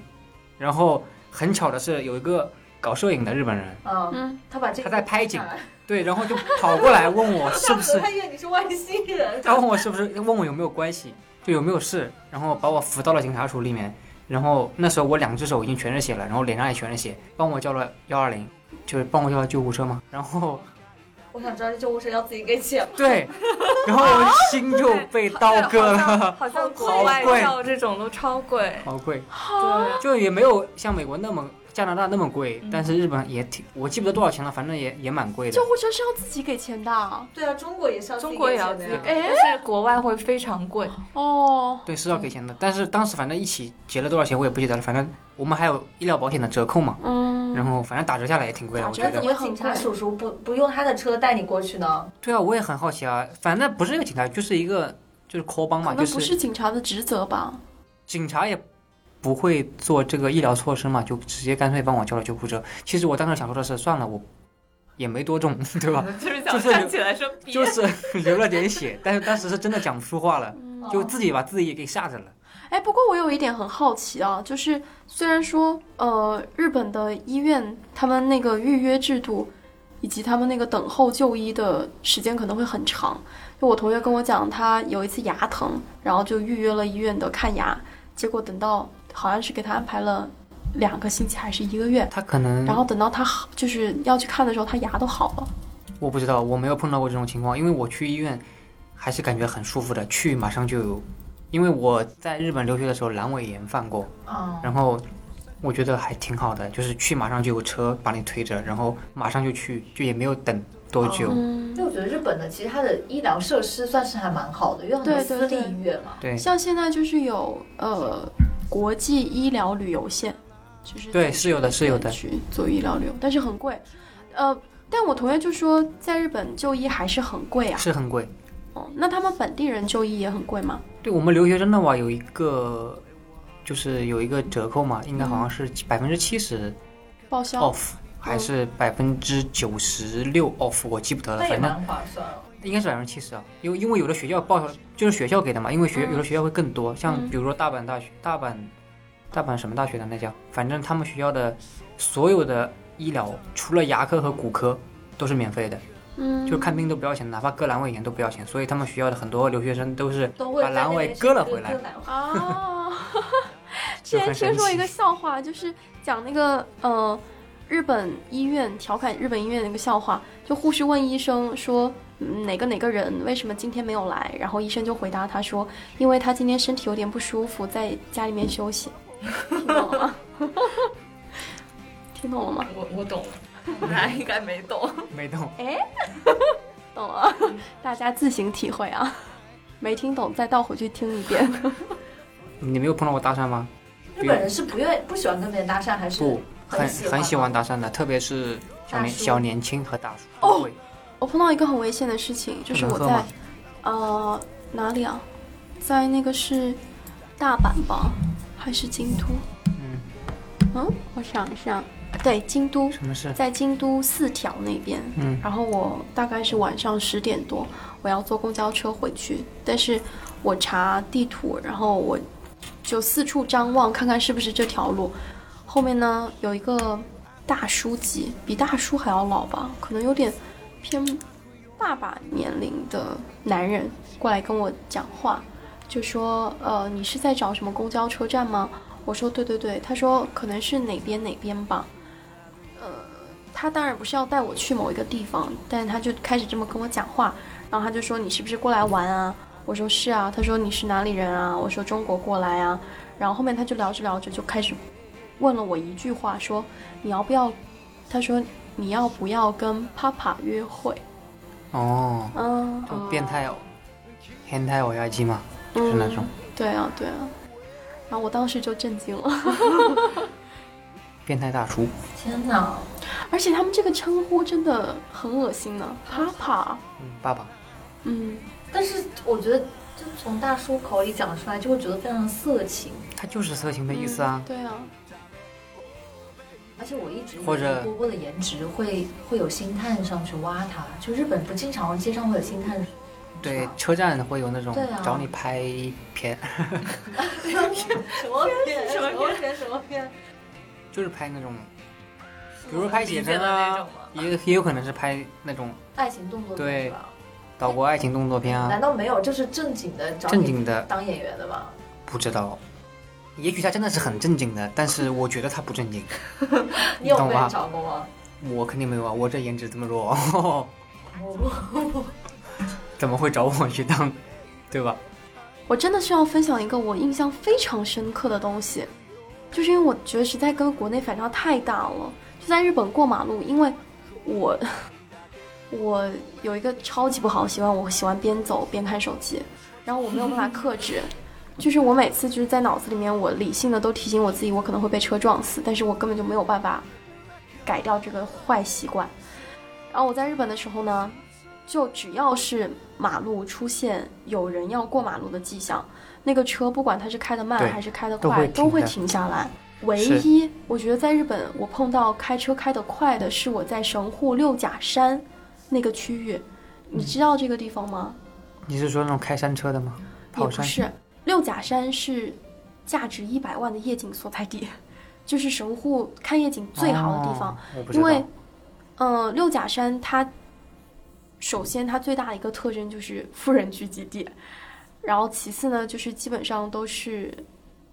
C: 然后很巧的是，有一个搞摄影的日本人，
B: 啊，
D: 嗯，
B: 他把这个
C: 他在拍景，对，然后就跑过来问我是
B: 下
C: 不
B: 次 [LAUGHS]
C: [LAUGHS] 是，
B: 他以为你是外星人。
C: 他问我是不是，问我有没有关系，就有没有事，然后把我扶到了警察署里面。然后那时候我两只手已经全是血了，然后脸上也全是血，帮我叫了幺二零，就是帮我叫了救护车嘛。然后
B: 我想知道这救护车要自己给钱吗？
C: 对，然后我心就被刀割
A: 好
C: 了 [LAUGHS]
A: 像。好像
C: 好
A: 国外
C: 贵
A: 票这种都超 [LAUGHS] 贵。
C: 好贵，
A: 对，
C: 就也没有像美国那么加拿大那么贵，但是日本也挺，我记不得多少钱了，反正也也蛮贵的
D: 救。护车是要自己给钱的
B: 对啊，中国也是要自己
A: 中国也要
B: 给钱
A: 自己
B: 的
A: 给
B: 呀，
A: 但是国外会非常贵。
D: 哦。
C: 对，是要给钱的，但是当时反正一起结了多少钱我也不记得了，反正我们还有医疗保险的折扣嘛，
D: 嗯，
C: 然后反正打折下来也挺贵的，我觉
B: 哎那怎
C: 得。
B: 么警察叔叔不不用他的车带你过去呢？
C: 对啊，我也很好奇啊，反正不是一个警察，就是一个就是 call 帮嘛，
D: 嗯可
C: 就
D: 能不
C: 是
D: 是警察的职责吧？
C: 警察也不会做这个医疗措施嘛，就直接干脆帮我叫了救护车。其实我当时想说的是，算了，我也没多重， [LAUGHS] 对吧？
A: [LAUGHS] 就是
C: 就
A: 想
C: 是
A: 站起来说别，
C: [LAUGHS] 就是流了点血，但是当时是真的讲不出话了。就
B: 哦
C: 自己把自己给吓着了。
D: 哎，不过我有一点很好奇啊，就是虽然说呃，日本的医院他们那个预约制度，以及他们那个等候就医的时间可能会很长。就我同学跟我讲，他有一次牙疼，然后就预约了医院的看牙，结果等到好像是给他安排了两个星期还是一个月，
C: 他可能
D: 然后等到他好就是要去看的时候，他牙都好了。
C: 我不知道，我没有碰到过这种情况，因为我去医院还是感觉很舒服的，去马上就有。因为我在日本留学的时候阑尾炎犯
D: 哦
C: 过，
B: 啊，
C: 然后我觉得还挺好的，就是去马上就有车把你推着，然后马上就去，就也没有等多久。
D: 嗯，
B: 因为我觉得日本的其实它的医疗设施算是还蛮好的，因为很多
D: 对对
B: 私立
D: 对
B: 医院嘛。
C: 对
D: 像现在就是有呃国际医疗旅游线，就是
C: 对，是有的，是有的。
D: 去做医疗旅游，但是很贵。呃，但我同学就说在日本就医还是很贵啊。
C: 是很贵。
D: 哦，那他们本地人就医也很贵吗？
C: 对我们留学生的话，有一个就是有一个折扣嘛，应该
D: 嗯
C: 好像是百分之七十
D: 报销？
C: off，还
B: 嗯
C: 是百分之九十六 off，我记不得了，
B: 那也
C: 反正
B: 蛮划算了。
C: 应该是百分之七十啊，因为因为有的学校报就是学校给的
B: 嗯
C: 嘛，因为学有的学校会更多，像比如说大阪大学、大阪大阪什么大学的那叫，反正他们学校的所有的医疗除了牙科和骨科都是免费的，
D: 嗯，
C: 就是看病都不要钱，哪怕割阑尾炎都不要钱，所以他们学校的很多留学生都是
B: 都会
C: 把
B: 在那
C: 阑尾
B: 边
C: 割了
B: 吃
C: 回来
B: 割阑尾
D: [LAUGHS] 啊。之
C: 就
D: 前
C: 很
D: 听
C: 神
D: 说一个
C: 奇。
D: 笑话，就是讲那个呃，日本医院调侃日本医院的一个笑话，就护士问医生说。嗯哪个哪个人为什么今天没有来？然后医生就回答他说：“因为他今天身体有点不舒服，在家里面休息。”听懂了吗？听懂了吗？
A: [LAUGHS] 我我懂了，我们俩应该没懂。
B: [LAUGHS]
C: 没动，
D: 懂了，大家自行体会啊。没听懂再倒回去听一遍。
C: 你没有碰到过搭讪吗？
B: 日本人是不愿不喜欢跟别人搭讪，还是
C: 不，很
B: 很喜欢
C: 很喜欢搭讪的，特别是小
B: 大
C: 年
B: 叔哦
C: 小年轻和大叔都会。
D: 我碰到一个很危险的事情，就是
C: 能
D: 我
C: 喝
D: 在
C: 吗
D: 呃哪里啊，在那个是大阪吧，还是京都？
C: 嗯，
D: 嗯，我想一下，对，京都，
C: 什么事？
D: 在京都四条那边。
C: 嗯
D: 然后我大概是晚上十点多，我要坐公交车回去，但是我查地图，然后我就四处张望，看看是不是这条路。后面呢有一个大叔级，比大叔还要老吧，可能有点偏爸爸年龄的男人过来跟我讲话，就说：“呃，你是在找什么公交车站吗？”我说：“对对对。”他说：“可能是哪边哪边吧。”他当然不是要带我去某一个地方，但是他就开始这么跟我讲话，然后他就说你是不是过来玩啊？我说是啊。他说你是哪里人啊？我说中国过来啊。然后后面他就聊着聊着就开始问了我一句话，说你要不要？他说你要不要跟 Papa 约会？
C: 哦，
D: 嗯，
C: 这种变态哦，变态偶像机嘛，
D: 哦
C: 就是那种
D: 对啊，对啊。然后我当时就震惊了， [LAUGHS]
C: 变态大叔。
B: 天哪，
D: 而且他们这个称呼真的很恶心呢、Papa，
C: 嗯，爸爸，
D: 嗯，
B: 但是我觉得，就从大叔口里讲出来，就会觉得非常色情。
C: 他就是色情的意思啊
D: 嗯。对啊，
B: 而且我一直以
C: 或者
B: 为波波的颜值会会有星探上去挖他，就日本不经常街上会有星探上
D: 嗯
B: 去挖
C: 对，车站会有那种
B: 对啊
C: 找你拍片，
B: 什么片什么片什么片，
C: 就是拍那种，比如说拍写真
B: 那
C: 啊
B: 种
A: [LAUGHS]
B: 吗，
C: 也也有可能是拍那种
B: 爱情动作片
C: 对
B: 是吧？
C: 岛国爱情动作片啊
B: 难，道没有就是正经的找
C: 正
B: 你
C: 经的
B: 当演员的吗？
C: 不知道。也许他真的是很正经的，但是我觉得他不正经，
B: 你有
C: 懂
B: 被
C: 吧
B: 人找过吗？
C: 我肯定没有啊，我这颜值这么弱， [LAUGHS] 怎么会找我去当，对吧？
D: 我真的是要分享一个我印象非常深刻的东西，就是因为我觉得实在跟国内反差太大了。就在日本过马路，因为我我有一个超级不好的习惯，我喜欢边走边看手机，然后我没有办法克
C: [LAUGHS]
D: 制。就是我每次就是在脑子里面，我理性的都提醒我自己，我可能会被车撞死，但是我根本就没有办法改掉这个坏习惯。然后我在日本的时候呢，就只要是马路出现有人要过马路的迹象，那个车不管它是开得慢
C: 对
D: 还是开得
C: 都
D: 快，
C: 会
D: 都
C: 停
D: 会
C: 的
D: 停下来。唯
C: 是
D: 一我觉得在日本，我碰到开车开得快的是我在神户六甲山那个区域，
C: 嗯
D: 你知道这个地方吗？
C: 你是说那种开山车的吗？
D: 也
C: 跑
D: 不
C: 山？
D: 是，六甲山是价值一百万的夜景所在地，就是神户看夜景最好的地方。
C: 哦，我不知
D: 因
C: 道。
D: 为，呃，六甲山它首先它最大的一个特征就是富人聚集地，然后其次呢就是基本上都是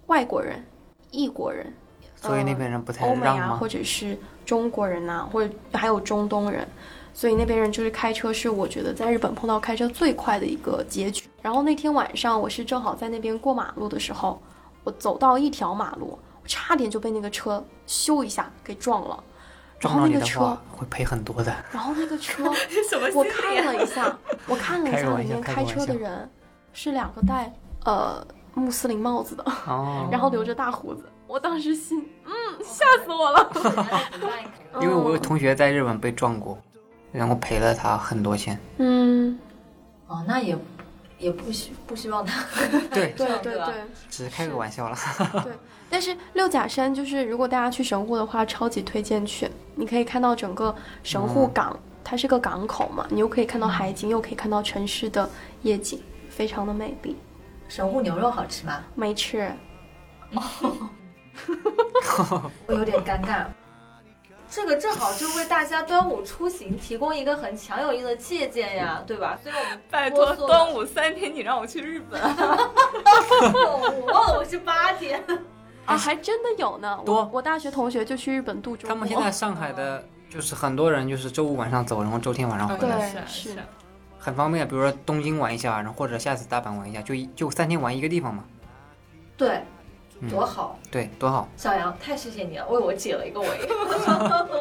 D: 外国人、异国人，
C: 所以
D: 呃
C: 那边人不太
D: 欧美
C: 让
D: 啊，
C: 吗
D: 或？者是中国人呐、或者还有中东人，所以那边人就是开车是我觉得在日本碰到开车最快的一个结局。然后那天晚上我是正好在那边过马路的时候，我走到一条马路，我差点就被那个车咻一下给撞了，然
C: 撞
D: 后
C: 到
D: 那
C: 你
D: 个
C: 的
D: 车
C: 话，会赔很多的。
D: 然后那个
C: [LAUGHS]
D: 车
B: 什么
D: 我看了一下，我看了一
C: 啊开个
D: 下
C: 玩
D: 里
C: 笑
D: 面
C: 开
D: 开
C: 个玩
D: 车的
C: 笑
D: 人是两个戴呃穆斯林帽子的，
C: 哦，
D: 然后留着大胡子，我当时心嗯吓死我了。
C: 因为我有
D: 嗯
C: 同学在日本被撞过，然后赔了他很多钱。
D: 嗯，
B: [LAUGHS] 哦，那也也不希不希望他
C: 对，
D: 对
B: 样
D: 对
B: 对吧
D: 对。
C: 只是开个玩笑啦。
D: 但是六甲山就是，如果大家去神户的话，超级推荐去。你可以看到整个神户
C: 嗯
D: 港，它是个港口嘛，你又可以看到海景，又可以看到城市的夜景，非常的美丽。
B: 神户牛肉好吃吗？
D: 没吃，
C: 啊
B: 我有点尴尬。这个正好就为大家端午出行提供一个很强有力的借鉴呀，对吧？所以我们
A: [LAUGHS] 拜托，
B: 啰嗦了
A: 端午三天你让我去日本
C: 啊
B: 我忘了我是八天，
D: 啊，还真的有呢。
C: 多
D: 我我大学同学就去日本度周
C: 他们现
D: 末
C: 在上海的，就是很多人就是周五晚上走，然后周天晚上回
D: 对
C: 来，
D: 是
A: 是，
C: 很方便。比如说东京玩一下，然后或者下次大阪玩一下，就一就三天玩一个地方嘛。
B: 对，
C: 嗯
B: 多好，
C: 对，多好。
B: 小杨太谢谢你了，为我解了一个围。 [LAUGHS]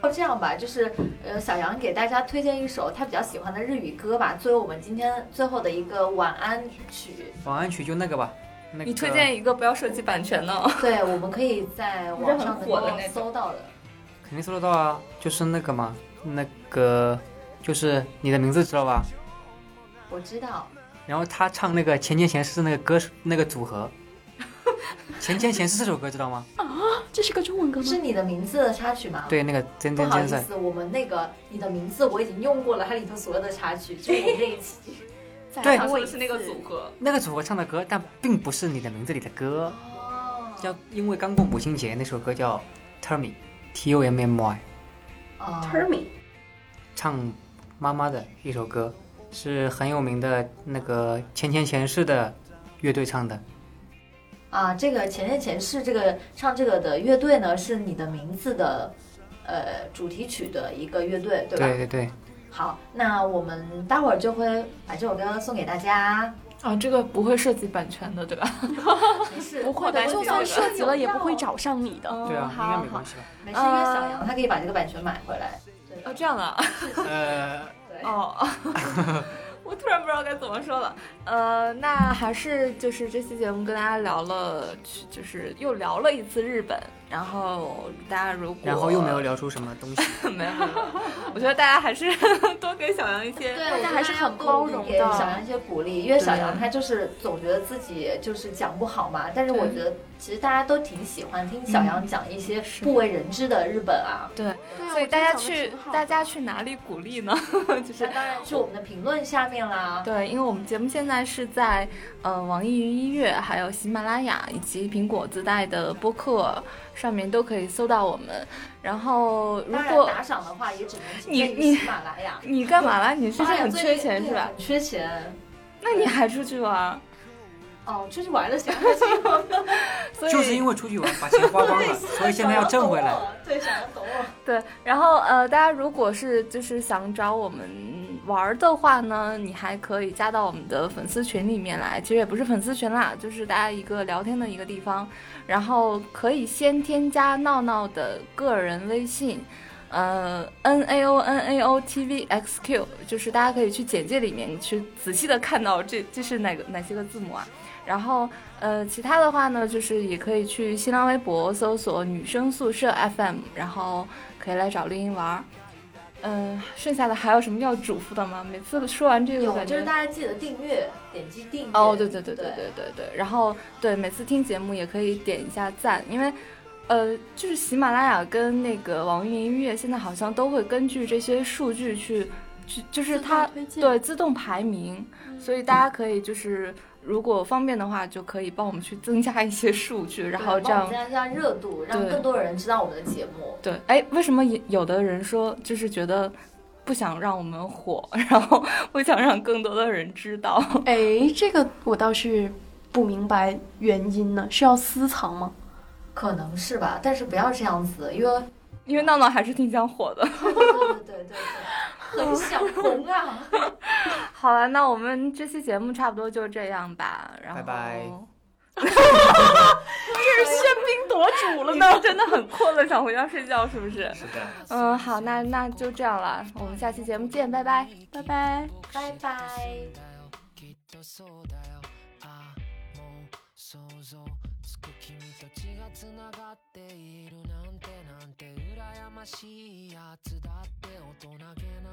B: 哦，这样吧，就是呃，小杨给大家推荐一首他比较喜欢的日语歌吧，作为我们今天最后的一个晚安 [LAUGHS] 曲。
C: 晚安曲就那个吧，那个
A: 你推荐一个不要涉及版权的哦，
B: 对，我们可以在网上能
A: 不是很火的
B: 够
A: 那种
B: 搜到的。
C: 肯定搜得到啊，就是那个嘛，那个就是你的名字知道吧？
B: 我知道，
C: 然后他唱那个
B: [LAUGHS]
C: 《前前前世》那个歌那个组合，《前前前世》这首歌知道吗？
D: 这是个中文歌吗
B: 是？你的名字的插曲吗？。
C: 对，那个真
B: 不
C: 真
B: 好意
C: 真森，
B: 思，我们那个你的名字我已经用过了，它里头所有的插曲，就是我们这一
C: [LAUGHS]
B: 期。
D: 再
C: 对
A: [LAUGHS] 他
D: 播
A: 说
D: 一
A: 的是那个
D: 次
A: 组合，
C: 那个组合唱的歌，但并不是你的名字里的歌，
B: 哦
C: 叫因为刚过母亲节那首歌叫《Tell Me》，T O M M Y，
B: 哦
D: 嗯
E: t e r m i
C: 唱妈妈的一首歌，是很有名的那个前前前世的乐队唱的。
B: 啊，这个前任前世这个唱这个的乐队呢，是你的名字的，呃，主题曲的一个乐队，对吧？
C: 对对对，
B: 好，那我们待会儿就会把这首歌送给大
D: [LAUGHS]
B: 家。
A: 啊，这个不会涉及版权的，对吧？
B: 没事，
D: 不会的，
A: 我
D: 就
A: 把
D: 算
A: 这个
D: 涉及了也不会找啊上你的。
A: 嗯哦
B: 哦
C: 对啊，应该没
A: 好。
C: 关系吧？
B: 没事，因为小杨他可以把这个版权买回来。对
A: 哦，这样啊，
B: [LAUGHS]
C: 呃，
B: 对，
A: [LAUGHS] 哦，我突然不知道该怎么说了。呃，那还是就是这期节目跟大家聊了，就是又聊了一次日本，然后大家如果
C: 然后又没有聊出什么东西。
A: [LAUGHS] 没有没有，我觉得大家还是 [LAUGHS] 多给小杨一些。
B: 对，我觉得
D: 大家还是很包容的
B: 给小杨一些鼓励，因为小杨
C: 对
B: 他就是总觉得自己就是讲不好嘛，但是我
A: 对
B: 觉得其实大家都挺喜欢听
D: 嗯
B: 小杨讲一些不为人知的日本啊。
A: 对，
D: 对啊
A: 所以
D: 我觉得
A: 大家
D: 讲得
A: 去
D: 挺好
A: 大
D: 的
A: 家去哪里鼓励呢？ [LAUGHS] 就是
B: 那当然是我们的评论下面啦。
A: 对，因为我们节目现在是在呃网易云音乐、还有喜马拉雅以及苹果自带的播客上面都可以搜到我们。然后如
B: 当然
A: 果
B: 打赏的话，也只能
A: 你
B: 仅限于
A: 你
B: 喜马拉雅。
A: 你干嘛啦？你是不是
B: 哎呀
A: 很
B: 最
A: 缺
B: 近
A: 钱
B: 对
A: 是吧？
B: 很缺钱。
A: 那你还出去玩儿？ [LAUGHS]
B: 哦，出去玩了，想开心了。
A: 所以
C: 就是因为出去玩把钱花光了，所以现在要挣回来。。
B: 对，想要懂我。
A: 对，然后呃，大家如果是就是想找我们玩儿的话呢，你还可以加到我们的粉丝群里面来，其实也不是粉丝群啦，就是大家一个聊天的一个地方。然后可以先添加闹闹的个人微信，呃，n a o n a o t v x q，就是大家可以去简介里面去仔细的看到这这是哪个哪些个字母啊。然后，呃，其他的话呢，就是也可以去新浪微博搜索“女生宿舍 FM”，然后可以来找绿茵玩儿。嗯、剩下的还有什么要嘱咐的吗？每次说完这个，
B: 有，
A: 感
B: 就
A: 觉
B: 是大家记得订阅，点击订阅。
A: 哦，对对对对
B: 对
A: 对对对，然后对每次听节目也可以点一下赞，因为。呃，就是喜马拉雅跟那个网易云音乐现在好像都会根据这些数据去，去就是它
D: 自动推荐
A: 对自动排名，
B: 嗯
A: 所以大家可以就是如果方便的话，就可以帮我们去增加一些数据，然后这样
B: 帮我们增加一下热度，让
A: 对
B: 更多人知道我们的节目。
A: 对，哎，为什么有有的人说就是觉得不想让我们火， [LAUGHS] 然后不想让更多的人知道？
D: 哎，这个我倒是不明白原因呢，是要私藏吗？
B: 可能是吧，但是不要这样子，因为 [LAUGHS]
A: 因为闹闹还是挺想火的。
B: 对对对对对，很想红啊。
A: 好了，那我们这期节目差不多就这样吧，然后
C: 拜拜。 [LAUGHS]
A: 这是喧宾夺主了呢，真的很困了，想回家睡觉是不是？
C: 是的。
A: 嗯，好，那那就这样了，我们下期节目见，拜拜。
D: 拜拜。
B: 拜拜。
F: きっとそうだよああもう想像つく君と血がつながっているなんてなんて羨ましいやつだって大人げな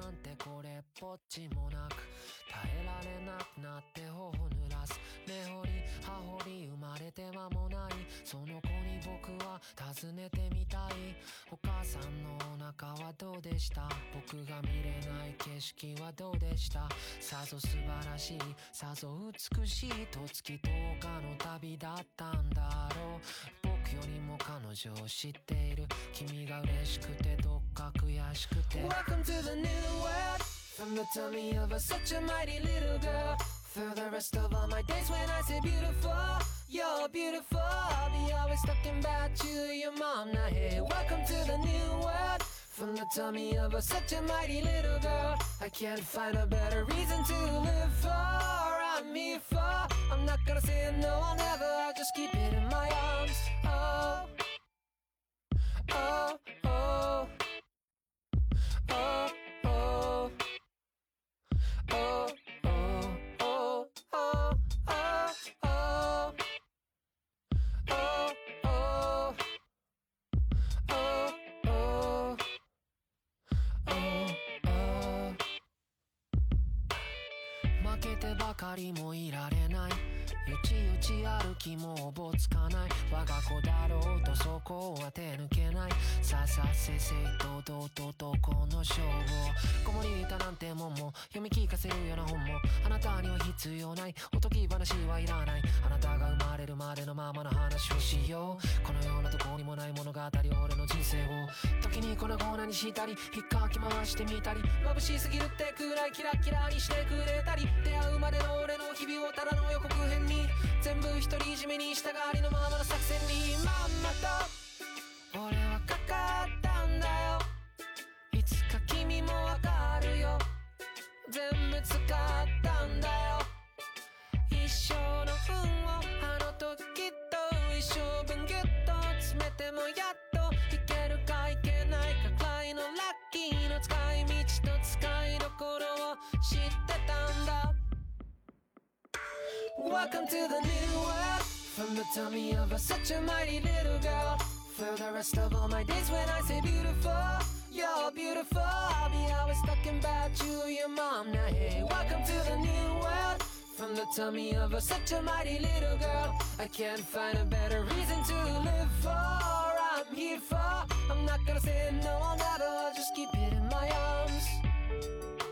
F: んてこれっぽっちもなく耐えられなくなって頬を濡らす根掘り葉掘り生まれて間もないその子に僕は尋ねてみたいお母さんのお腹はどうでした僕が見れない景色はどうでしたさぞ素晴らしいさぞ美しいと月10日の旅だったんだろう僕よりも彼女を知っている君が嬉しくてどっか悔しくて Welcome to the new world From the tummy of a such a mighty little girl For the rest of all my days when I say beautiful You're beautiful I'll be always talking about you Your mom not here Welcome to the new world From the tummy of a such a mighty little girl I can't find a better reason to live for I'm here for I'm not gonna say no, I'll never I'll just keep it in my arms Oh Oh, oh Oh, oh Oh, oh, oh, oh, oh, oh. Oh, oh. Oh, oh. Oh, oh. 負けてればかりもいられないよちよち歩きもおぼつかない我が子だろうとそこは手抜けないさあさあ正々堂々ととこの勝負を子守歌なんてもんも読み聞かせるような本もあなたには必要ないおとぎ話はいらないあなたが生まれるまでのままの話をしようこのようなとこにもない物語俺の人生を時にこの粉々にしたり引っかき回してみたり眩しすぎるってくらいキラキラにしてくれたり出会うまでの俺の日々をただの予告編に全部独り占めに従ありのままの作戦にまんまと俺はかかったんだよいつか君もわかるよ全部使ったんだよ一生の分をあの時と一生分ギュッと詰めてもやっといけるかいけないかくらいのラッキーの使い道と使いどころを知ってたんだ Welcome to the new world From the tummy of a such a mighty little girl For the rest of all my days when I say beautiful You're beautiful I'll be always talking about you, your mom Now hey, welcome to the new world From the tummy of a such a mighty little girl I can't find a better reason to live for I'm here for I'm not gonna say no, I'll never I'll just keep it in my arms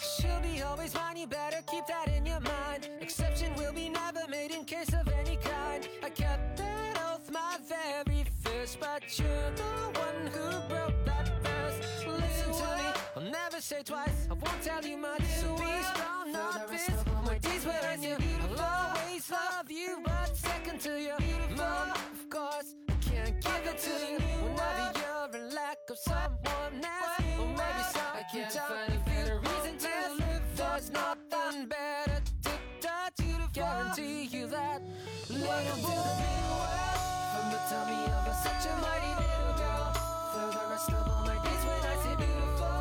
F: She'll be always mine, you better keep that in your mind. Exception will be never made in case of any kind. I kept that oath my very first, but you're the one who broke that verse. Listen to me, I'll never say twice. I won't tell you much, so be strong, not this. My days were on you. I'll always love you, but second to you. Mom, of course, I can't give it to you. Whenever you're in lack of someone else, or maybe I can't find a better reason to live. There's nothing better to touch you to guarantee you that. Welcome to the big world. From the tummy of a such a mighty little girl. For the rest of all my days when I say beautiful,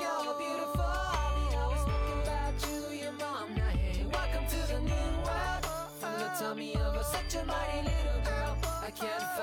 F: you're beautiful. I'll be always looking back to your mom. Now hey, welcome to the new world. From the tummy of a such a mighty little girl. I can't